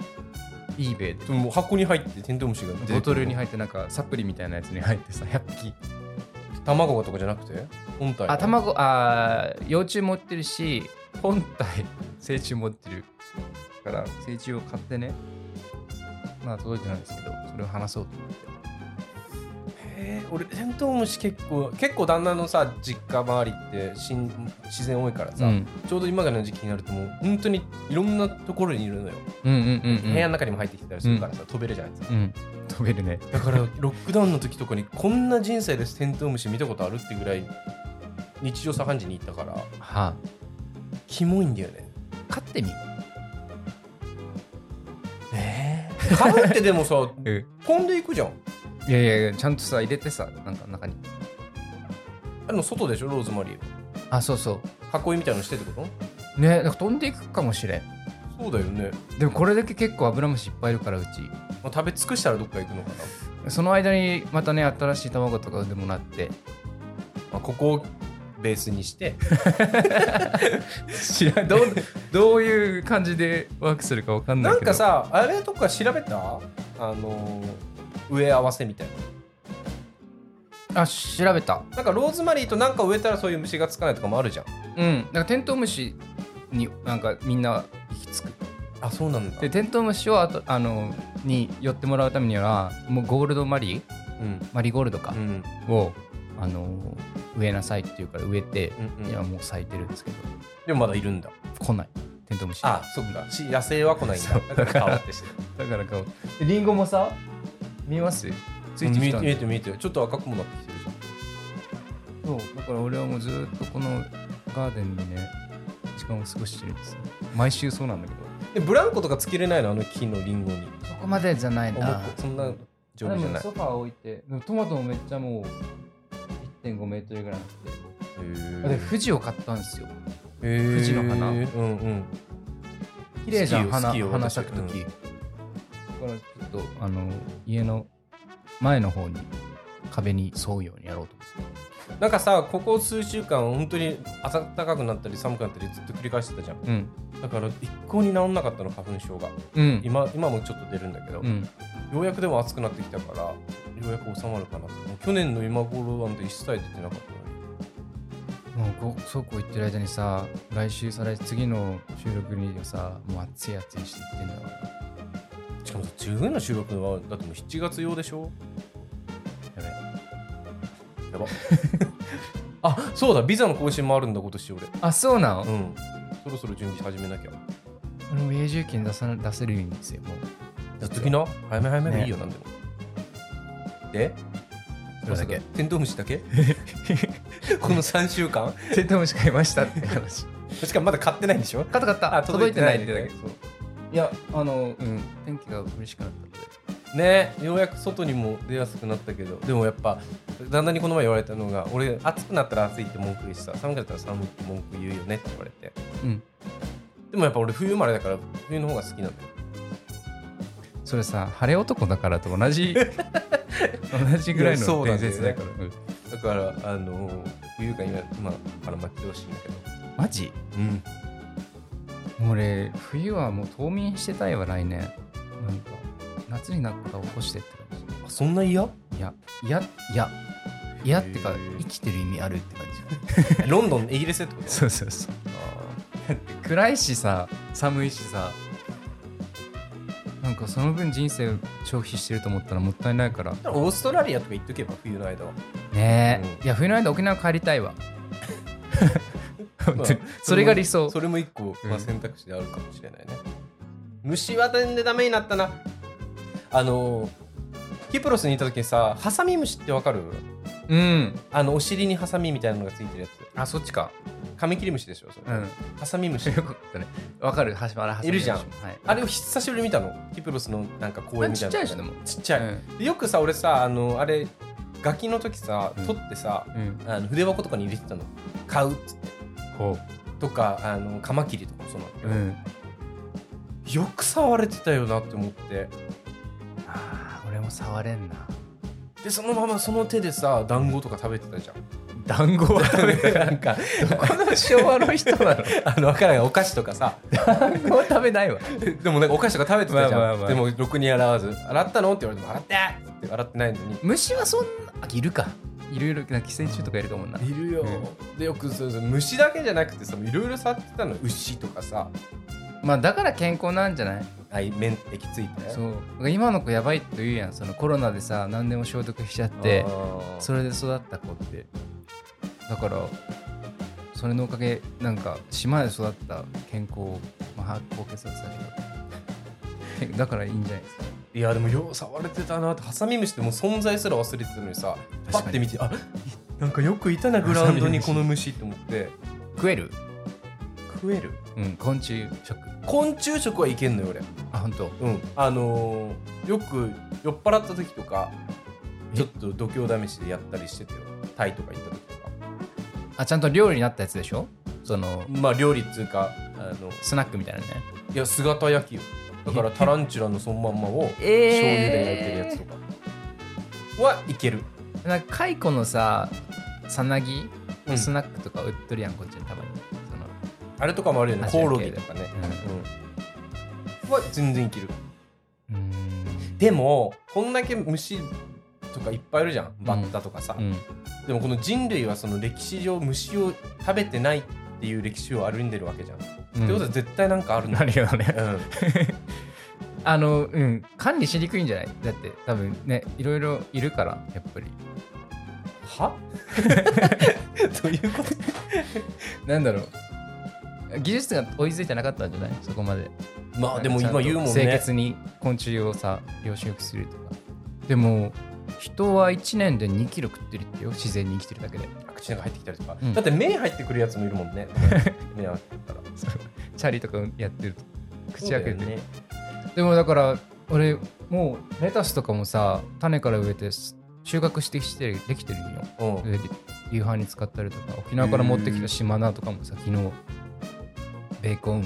Speaker 2: eBay で
Speaker 1: でももう箱に入ってテントウムシが出てくる
Speaker 2: ボトルに入ってなんかサプリみたいなやつに入ってさ100匹
Speaker 1: 卵がとかじゃなくて本体の
Speaker 2: あ卵あー幼虫持ってるし本体 成虫持ってるから成虫を買ってねまあ届いてないんですけどそれを話そうと思って
Speaker 1: へえ俺テントウムシ結構結構旦那のさ実家周りってしん自然多いからさ、
Speaker 2: うん
Speaker 1: ちょうど今からの時期になるともう本当にいろんなところにいるのよ、
Speaker 2: うんうんうんうん
Speaker 1: 部屋の中にも入ってきてたりするからさ、飛べるじゃないですか
Speaker 2: うん飛べるね
Speaker 1: だからロックダウンの時とかにこんな人生でテントウムシ見たことあるってぐらい日常茶飯事に行ったから
Speaker 2: は
Speaker 1: キモいんだよね
Speaker 2: あ飼ってみ
Speaker 1: ええ買うってでもさ
Speaker 2: る
Speaker 1: 飛んでいくじゃん
Speaker 2: いやいやいやちゃんとさ入れてさなんか中に
Speaker 1: あの外でしょローズマリー
Speaker 2: あそうそ
Speaker 1: は囲いみたいのしてってこと
Speaker 2: うねなんか飛んでいくかもしれん
Speaker 1: そうだよね、
Speaker 2: でもこれだけ結構アブラムシいっぱいいるからうち
Speaker 1: まあ、食べ尽くしたらどっか行くのかな
Speaker 2: その間にまたね新しい卵とかでもらって
Speaker 1: まあ、ここをベースに して
Speaker 2: 知らんどうどういう感じでワークするかわかんない
Speaker 1: な
Speaker 2: け
Speaker 1: ん
Speaker 2: ど
Speaker 1: かさあれとか調べたあのー植え合わせみたい
Speaker 2: あ調べた
Speaker 1: ななんかローズマリーとなんか植えたらそういう虫がつかないとかもあるじゃん
Speaker 2: うんなんかテントウムシになんかみんな行き着く
Speaker 1: あそうなんだ
Speaker 2: でテントウムシをあとあのに寄ってもらうためにはもうゴールドマリー
Speaker 1: うん
Speaker 2: マリーゴールドか
Speaker 1: う、ん
Speaker 2: をあの植えなさいっていうから植えて、
Speaker 1: うんうん
Speaker 2: 今もう咲いてるんですけど
Speaker 1: でもまだいるんだ
Speaker 2: 来ないテントウムシ
Speaker 1: あそっかし野生は来ないん
Speaker 2: そ
Speaker 1: だ
Speaker 2: う
Speaker 1: だから 変わってして
Speaker 2: だからこうリンゴもさ見ますついてきたん
Speaker 1: 見
Speaker 2: だ
Speaker 1: えて見えてちょっと赤くもなってきてるじゃん
Speaker 2: そうだから俺はもうずっとこのガーデンでね時間を過ごしてるんです毎週そうなんだけど
Speaker 1: でブランコとかつけれないのあの木のリンゴに
Speaker 2: そこまでじゃない
Speaker 1: 重
Speaker 2: な
Speaker 1: くそんな丈夫じゃないへ
Speaker 2: ファー置いてでもトマトもめっちゃもう1.5メートルぐらいあってで
Speaker 1: ー
Speaker 2: 富士を買ったんですよ
Speaker 1: へー
Speaker 2: 富士の花
Speaker 1: うんうん
Speaker 2: 綺麗じゃん
Speaker 1: 好きよ
Speaker 2: 花
Speaker 1: 好きよ
Speaker 2: 花咲く時、
Speaker 1: うん
Speaker 2: だからちょっとあの家の前の方に壁に沿うようにやろうと
Speaker 1: なんかさここ数週間本当に暖かくなったり寒くなったりずっと繰り返してたじゃん
Speaker 2: 思って
Speaker 1: だから一向に治んなかったの花粉症が
Speaker 2: うんうん
Speaker 1: 今今もちょっと出るんだけど、
Speaker 2: う
Speaker 1: よ
Speaker 2: ん
Speaker 1: うやくでも暑くなってきたからようやく収まるかなって去年の今頃なんて一切出てなかったのに
Speaker 2: もうこそうこう言ってる間にさ来週再来週次の収録にさもう熱い熱いして言ってんだわ
Speaker 1: しかも10の収録はだってもう7月用でしょ
Speaker 2: や
Speaker 1: や
Speaker 2: べ
Speaker 1: ばあそうだビザの更新もあるんだ今年俺
Speaker 2: あそうなの、
Speaker 1: うんそろそろ準備始めなきゃ
Speaker 2: 俺も永住権出さな出せるんですよもう
Speaker 1: じゃあ次な早め早めが
Speaker 2: ね
Speaker 1: いいよ、なんでもで
Speaker 2: それだけ
Speaker 1: テントウムシだ けこの3週間
Speaker 2: テントウムシ買いましたって話
Speaker 1: しかもまだ買ってないんでしょ
Speaker 2: 買った買った
Speaker 1: あ
Speaker 2: 届
Speaker 1: 届い
Speaker 2: いて
Speaker 1: て
Speaker 2: な
Speaker 1: ないい
Speaker 2: ってだけそういやあのうん天気が嬉しくなったので
Speaker 1: ねようやく外にも出やすくなったけどでもやっぱ旦那にこの前言われたのが俺暑くなったら暑いって文句言うしさ寒くなったら寒いって文句言うよねって言われて
Speaker 2: うん
Speaker 1: でもやっぱ俺冬生まれだから冬の方が好きなんだよ
Speaker 2: それさ晴れ男だからと同 じ同じぐらい
Speaker 1: いやそ
Speaker 2: の
Speaker 1: うな
Speaker 2: 伝
Speaker 1: んだよね
Speaker 2: 説だからうん
Speaker 1: だからあのー冬が今今から待ってほしいんだけど
Speaker 2: マジ
Speaker 1: うん
Speaker 2: もう俺冬はもう冬眠してたいわ来年なんか夏になったら起こしてって感じ
Speaker 1: あそんな嫌
Speaker 2: いや、いや、いや、いやってか
Speaker 1: へー、
Speaker 2: 生きてる意味あるって感 じ。
Speaker 1: ロンドンイギリスってこと
Speaker 2: そうそうそう。
Speaker 1: あ
Speaker 2: 暗いしさ、寒いしさ、ななんかその分人生を消費してると思ったらもったいないから
Speaker 1: オーストラリアとか行っとけば冬の間 は
Speaker 2: ね
Speaker 1: う
Speaker 2: えいや冬の間沖縄帰りた いわ
Speaker 1: ま
Speaker 2: 本当に
Speaker 1: あ
Speaker 2: それが理想
Speaker 1: それも一個、ま
Speaker 2: う
Speaker 1: あ、
Speaker 2: ん
Speaker 1: 選択肢であるかもしれないね、虫は全然ダメになったなあのキプロスにいた時にさハサミ虫ってわかる
Speaker 2: うん
Speaker 1: あのお尻にハサミみたいなのがついてるやつ
Speaker 2: あそっちか
Speaker 1: カミキリムシでしょそれ、
Speaker 2: うん
Speaker 1: ハサミ 虫
Speaker 2: よかったねわかる橋原ハサミ
Speaker 1: いるじゃん
Speaker 2: はい
Speaker 1: あれを久しぶりに見たのキプロスのなんか公園みたいな
Speaker 2: あれちっちゃいでしょでも
Speaker 1: ちっちゃい、
Speaker 2: うん
Speaker 1: でよくさ俺さあのあれガキの時さ取ってさ、
Speaker 2: うん
Speaker 1: あの筆箱とかに入れてたの買うっつって
Speaker 2: ほ
Speaker 1: とかあのカマキリとかもそうなんだけ
Speaker 2: う
Speaker 1: ど、
Speaker 2: ん
Speaker 1: よく触れてたよなって思って
Speaker 2: あー俺も触れんな
Speaker 1: でそのままその手でさ団子とか食べてたじゃん
Speaker 2: 団子は食べ ない
Speaker 1: なんか
Speaker 2: この昭和の人 なの
Speaker 1: あの分からないお菓子とかさ
Speaker 2: 団子は食べないわ
Speaker 1: でもなんかお菓子とか食べてたじゃん、
Speaker 2: まあまあまあ
Speaker 1: でもろくに洗わず「洗ったの?」って言われても「洗って!」って洗ってないのに
Speaker 2: 虫はそんなあいるかいろいろな寄生虫とかいるかもない
Speaker 1: るよ、でよくそうそう虫だけじゃなくてさいろいろ触ってたの牛とかさ
Speaker 2: まあだから健康なんじゃない
Speaker 1: ああいう面液ついてね
Speaker 2: そう今の子やばいって言うやんそのコロナでさ何でも消毒しちゃって
Speaker 1: あー
Speaker 2: それで育った子ってだからそれのおかげなんか島で育った健康まあ高血圧だけど だからいいんじゃないですか
Speaker 1: いやでもよう触れてたなってハサミムシってもう存在すら忘れてたのにさ
Speaker 2: 確
Speaker 1: パ
Speaker 2: かに
Speaker 1: ッて見てあなんかよくいたなグラウンドにこの虫って思って
Speaker 2: 食える
Speaker 1: 食える
Speaker 2: うん昆虫食
Speaker 1: 昆虫食はいけんのよ俺
Speaker 2: あ本当
Speaker 1: うんあのーよく酔っ払った時とかちょっと度胸試しでやったりしてたよタイとか行った時とか
Speaker 2: あちゃんと料理になったやつでしょその
Speaker 1: まあ料理っつうかあの
Speaker 2: スナックみたいなね
Speaker 1: いや姿焼きよだからタランチュラのそのまんまを醤油で焼いてるやつとかはいける
Speaker 2: なんか蚕のささなぎ
Speaker 1: うん
Speaker 2: スナックとか売っとるやんこっちにたまにその
Speaker 1: あれとかもあるよね
Speaker 2: アジア
Speaker 1: コ
Speaker 2: 系
Speaker 1: オロギとかねうんは全然いける
Speaker 2: うーん
Speaker 1: でもこんだけ虫とかいっぱいいるじゃんバッタとかさ、
Speaker 2: うん
Speaker 1: でもこの人類はその歴史上虫を食べてないっていう歴史を歩んでるわけじゃん、
Speaker 2: うん
Speaker 1: ってことは絶対なんかあるんだ よ、
Speaker 2: なるよね
Speaker 1: うん、
Speaker 2: あのうん管理しにくいんじゃないだって多分ねいろいろいるからやっぱり
Speaker 1: は どういうこと
Speaker 2: なんだろう技術が追いついてなかったんじゃないそこまで
Speaker 1: まあでも
Speaker 2: なんか
Speaker 1: 今
Speaker 2: ちゃ
Speaker 1: 言う
Speaker 2: んと
Speaker 1: もん
Speaker 2: 清
Speaker 1: ね
Speaker 2: 潔に昆虫をさ養殖するとかでも人は1年で2キロ食ってるってよ自然に生きてるだけで
Speaker 1: 口の中入ってきたりとか、
Speaker 2: うん
Speaker 1: だって目入ってくるやつもいるもん ね目開けたら
Speaker 2: チャリとかやってると口開けてる
Speaker 1: そうだよね
Speaker 2: でもだから俺もうレタスとかもさ種から植えてす収穫してきてるできてるんよ
Speaker 1: うん
Speaker 2: で夕飯に使ったりとか沖縄から持ってきた島菜とかもさ昨日ベーコン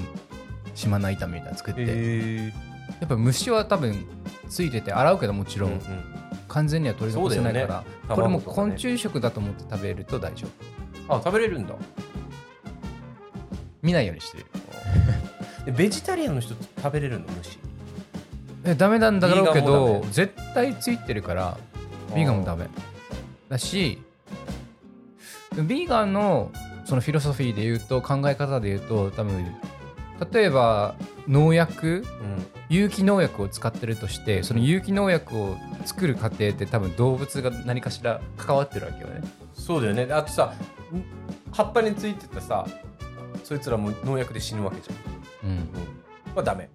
Speaker 2: 島菜炒めみたいなの作って、
Speaker 1: え
Speaker 2: やっぱ虫は多分ついてて洗うけどもち
Speaker 1: ー
Speaker 2: ろん、完全には取り残せないか
Speaker 1: そうだ
Speaker 2: ら、
Speaker 1: よ
Speaker 2: これ
Speaker 1: 卵
Speaker 2: も
Speaker 1: とか
Speaker 2: 昆
Speaker 1: ね
Speaker 2: 虫食だと思って食べると大丈夫
Speaker 1: あ食べれるんだ
Speaker 2: 見ないようにしてる
Speaker 1: えベジタリアンの人って食べれるの虫
Speaker 2: えダメなんだろう
Speaker 1: ビ
Speaker 2: け
Speaker 1: ーガンも
Speaker 2: ど
Speaker 1: ダメ
Speaker 2: 絶対ついてるからビーガンもダメだしビーガンのそのフィロソフィーで言うと考え方で言うと多分例えば農薬
Speaker 1: うん
Speaker 2: 有機農薬を使ってるとしてその有機農薬を作る過程って多分動物が何かしら関わってるわけよね
Speaker 1: そうだよねあとさん葉っぱについてたさそいつらも農薬で死ぬわけじ
Speaker 2: うん
Speaker 1: ゃん、まあダメ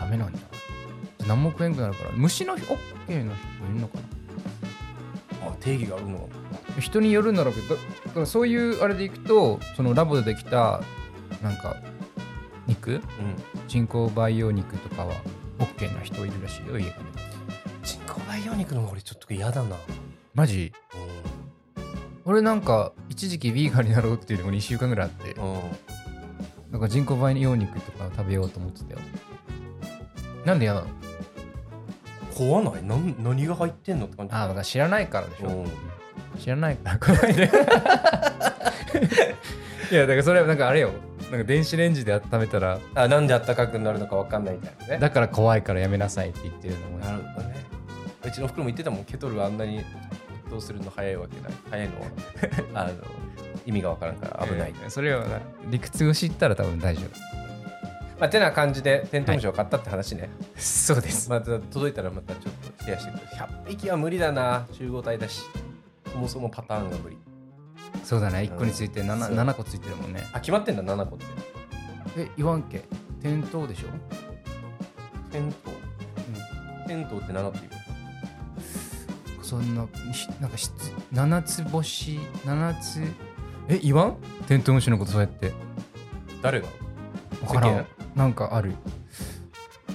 Speaker 2: ダメなんだ何も食えんくなるから虫の OK の人もいるのかな
Speaker 1: あ定義があるの
Speaker 2: 人によるんだろうけどだだからそういうあれでいくとそのラボでできたなんか肉
Speaker 1: うん
Speaker 2: 人工培養肉とかは OK な人いるらしいよ家がね
Speaker 1: 人工培養肉の方が俺ちょっと嫌だな
Speaker 2: マジ俺なんか一時期ビーガンになろうっていうのも2週間ぐらいあって
Speaker 1: うん、うん、
Speaker 2: なんか人工培養肉とか食べようと思ってたよなんで嫌なの
Speaker 1: 怖ないなん何が入ってんのって感じ
Speaker 2: ああだから知らないからでしょ、
Speaker 1: うん
Speaker 2: 知らないから怖いねいやだからそれはなんかあれよなんか電子レンジで温めたら
Speaker 1: あなんであったかくなるのかわかんないみたいなね
Speaker 2: だから怖いからやめなさいって言ってるのも
Speaker 1: なるほどねうちの袋も言ってたもんケトルはあんなに沸騰するの早いわけない早いの はあの意味がわからんから危ない、
Speaker 2: うんそれは理屈を知ったら多分大丈
Speaker 1: まあ、てな感じでテントウムシを買ったって話ね、
Speaker 2: そうです。
Speaker 1: また届いたらまたちょっとシェアしてくれ100匹は無理だな集合体だしそもそもパターンが無理
Speaker 2: そうだね、1個について 7,
Speaker 1: そう
Speaker 2: 7個ついてるもんね。
Speaker 1: あ決まってんだ7個って
Speaker 2: え、言わんけ。点灯でしょ
Speaker 1: テントウテントウって7っていう
Speaker 2: そんな、ひなんかしつ、7つ星、7つ。え、言わんテントウムシのことそうやって。
Speaker 1: 誰が
Speaker 2: わから
Speaker 1: 世
Speaker 2: ん。なんかある。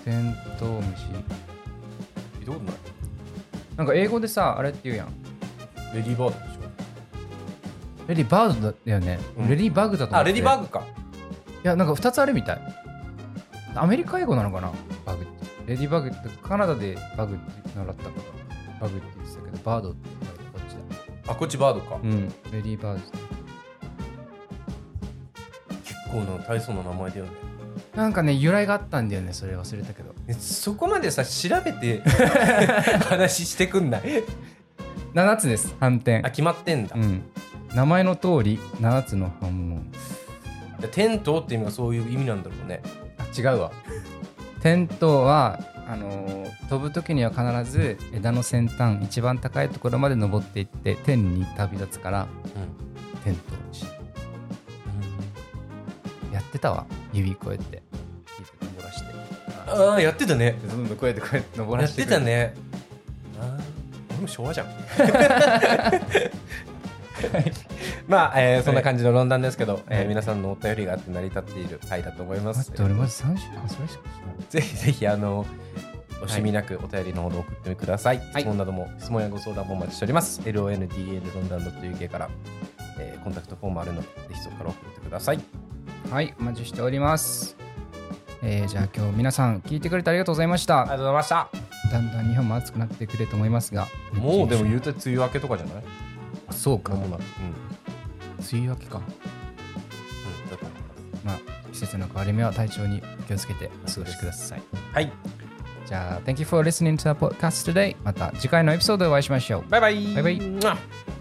Speaker 2: テントウムシ。
Speaker 1: 聞いたことない
Speaker 2: なんか英語でさ、あれって言うやん。
Speaker 1: レディーバードでしょ
Speaker 2: レディバードだよね。
Speaker 1: うん
Speaker 2: レディバグだと思
Speaker 1: あ
Speaker 2: って。
Speaker 1: レディーバ
Speaker 2: グ
Speaker 1: ーグか
Speaker 2: いや、なんか2つあるみたい。アメリカ英語なのかなバグって。レディバグって、カナダでバグって習ったから、バグって言ってたけど、バードって言ったらこっちだ。
Speaker 1: あこっちバードか、
Speaker 2: うん。レディバード。
Speaker 1: 結構な大層な名前だよね
Speaker 2: なんかね、由来があったんだよね、それ忘れたけど。
Speaker 1: ねそこまでさ調べ て話してくんない
Speaker 2: 7つです、反転
Speaker 1: あ。決まってんだ、
Speaker 2: うん。名前の通り、7つの反問。
Speaker 1: テントウって意味がそういう意味なんだろうね
Speaker 2: あ、違うわ。テントウは、あのー飛ぶ時には必ず枝の先端、一番高いところまで登っていって、天に旅立つから、
Speaker 1: うん
Speaker 2: テントウし。やってたわ、指こうやって。登らして。
Speaker 1: ああやってたね
Speaker 2: どんどんこうやってこうやって登
Speaker 1: や
Speaker 2: ら
Speaker 1: っ
Speaker 2: して
Speaker 1: て
Speaker 2: く
Speaker 1: たねあー俺も昭和じゃん まあ、えーそんな感じの論談ですけど、えー皆さんのお便りがあって成り立っている回だと思います
Speaker 2: 待って、俺マジ3週間それしかしない。
Speaker 1: ぜひぜひあの惜しみなくお便りのほど送ってください、
Speaker 2: はい
Speaker 1: 質問なども質問やご相談もお待ちしております LONDL ロンダン .uk から、えーコンタクトフォームあるのでぜひそこから送ってください
Speaker 2: はい、お待ちしております。えーじゃあ今日皆さん聞いてくれてありがとうございました。
Speaker 1: がとうございました
Speaker 2: だんだん日本も暑くなってくると思いますが、
Speaker 1: もうでも言う
Speaker 2: う
Speaker 1: て梅雨明けとかじゃない
Speaker 2: そうか、
Speaker 1: 間
Speaker 2: 梅
Speaker 1: もなくうん、
Speaker 2: 雨明けか。
Speaker 1: うん、だと思います
Speaker 2: まあ季節の変わり目は体調に気をつけてお過ごしください。
Speaker 1: はい
Speaker 2: じゃあ Thank you for listening to our podcast today。また次回のエピソードでお会いしましょう。
Speaker 1: バイバイ
Speaker 2: バイバイ
Speaker 1: イ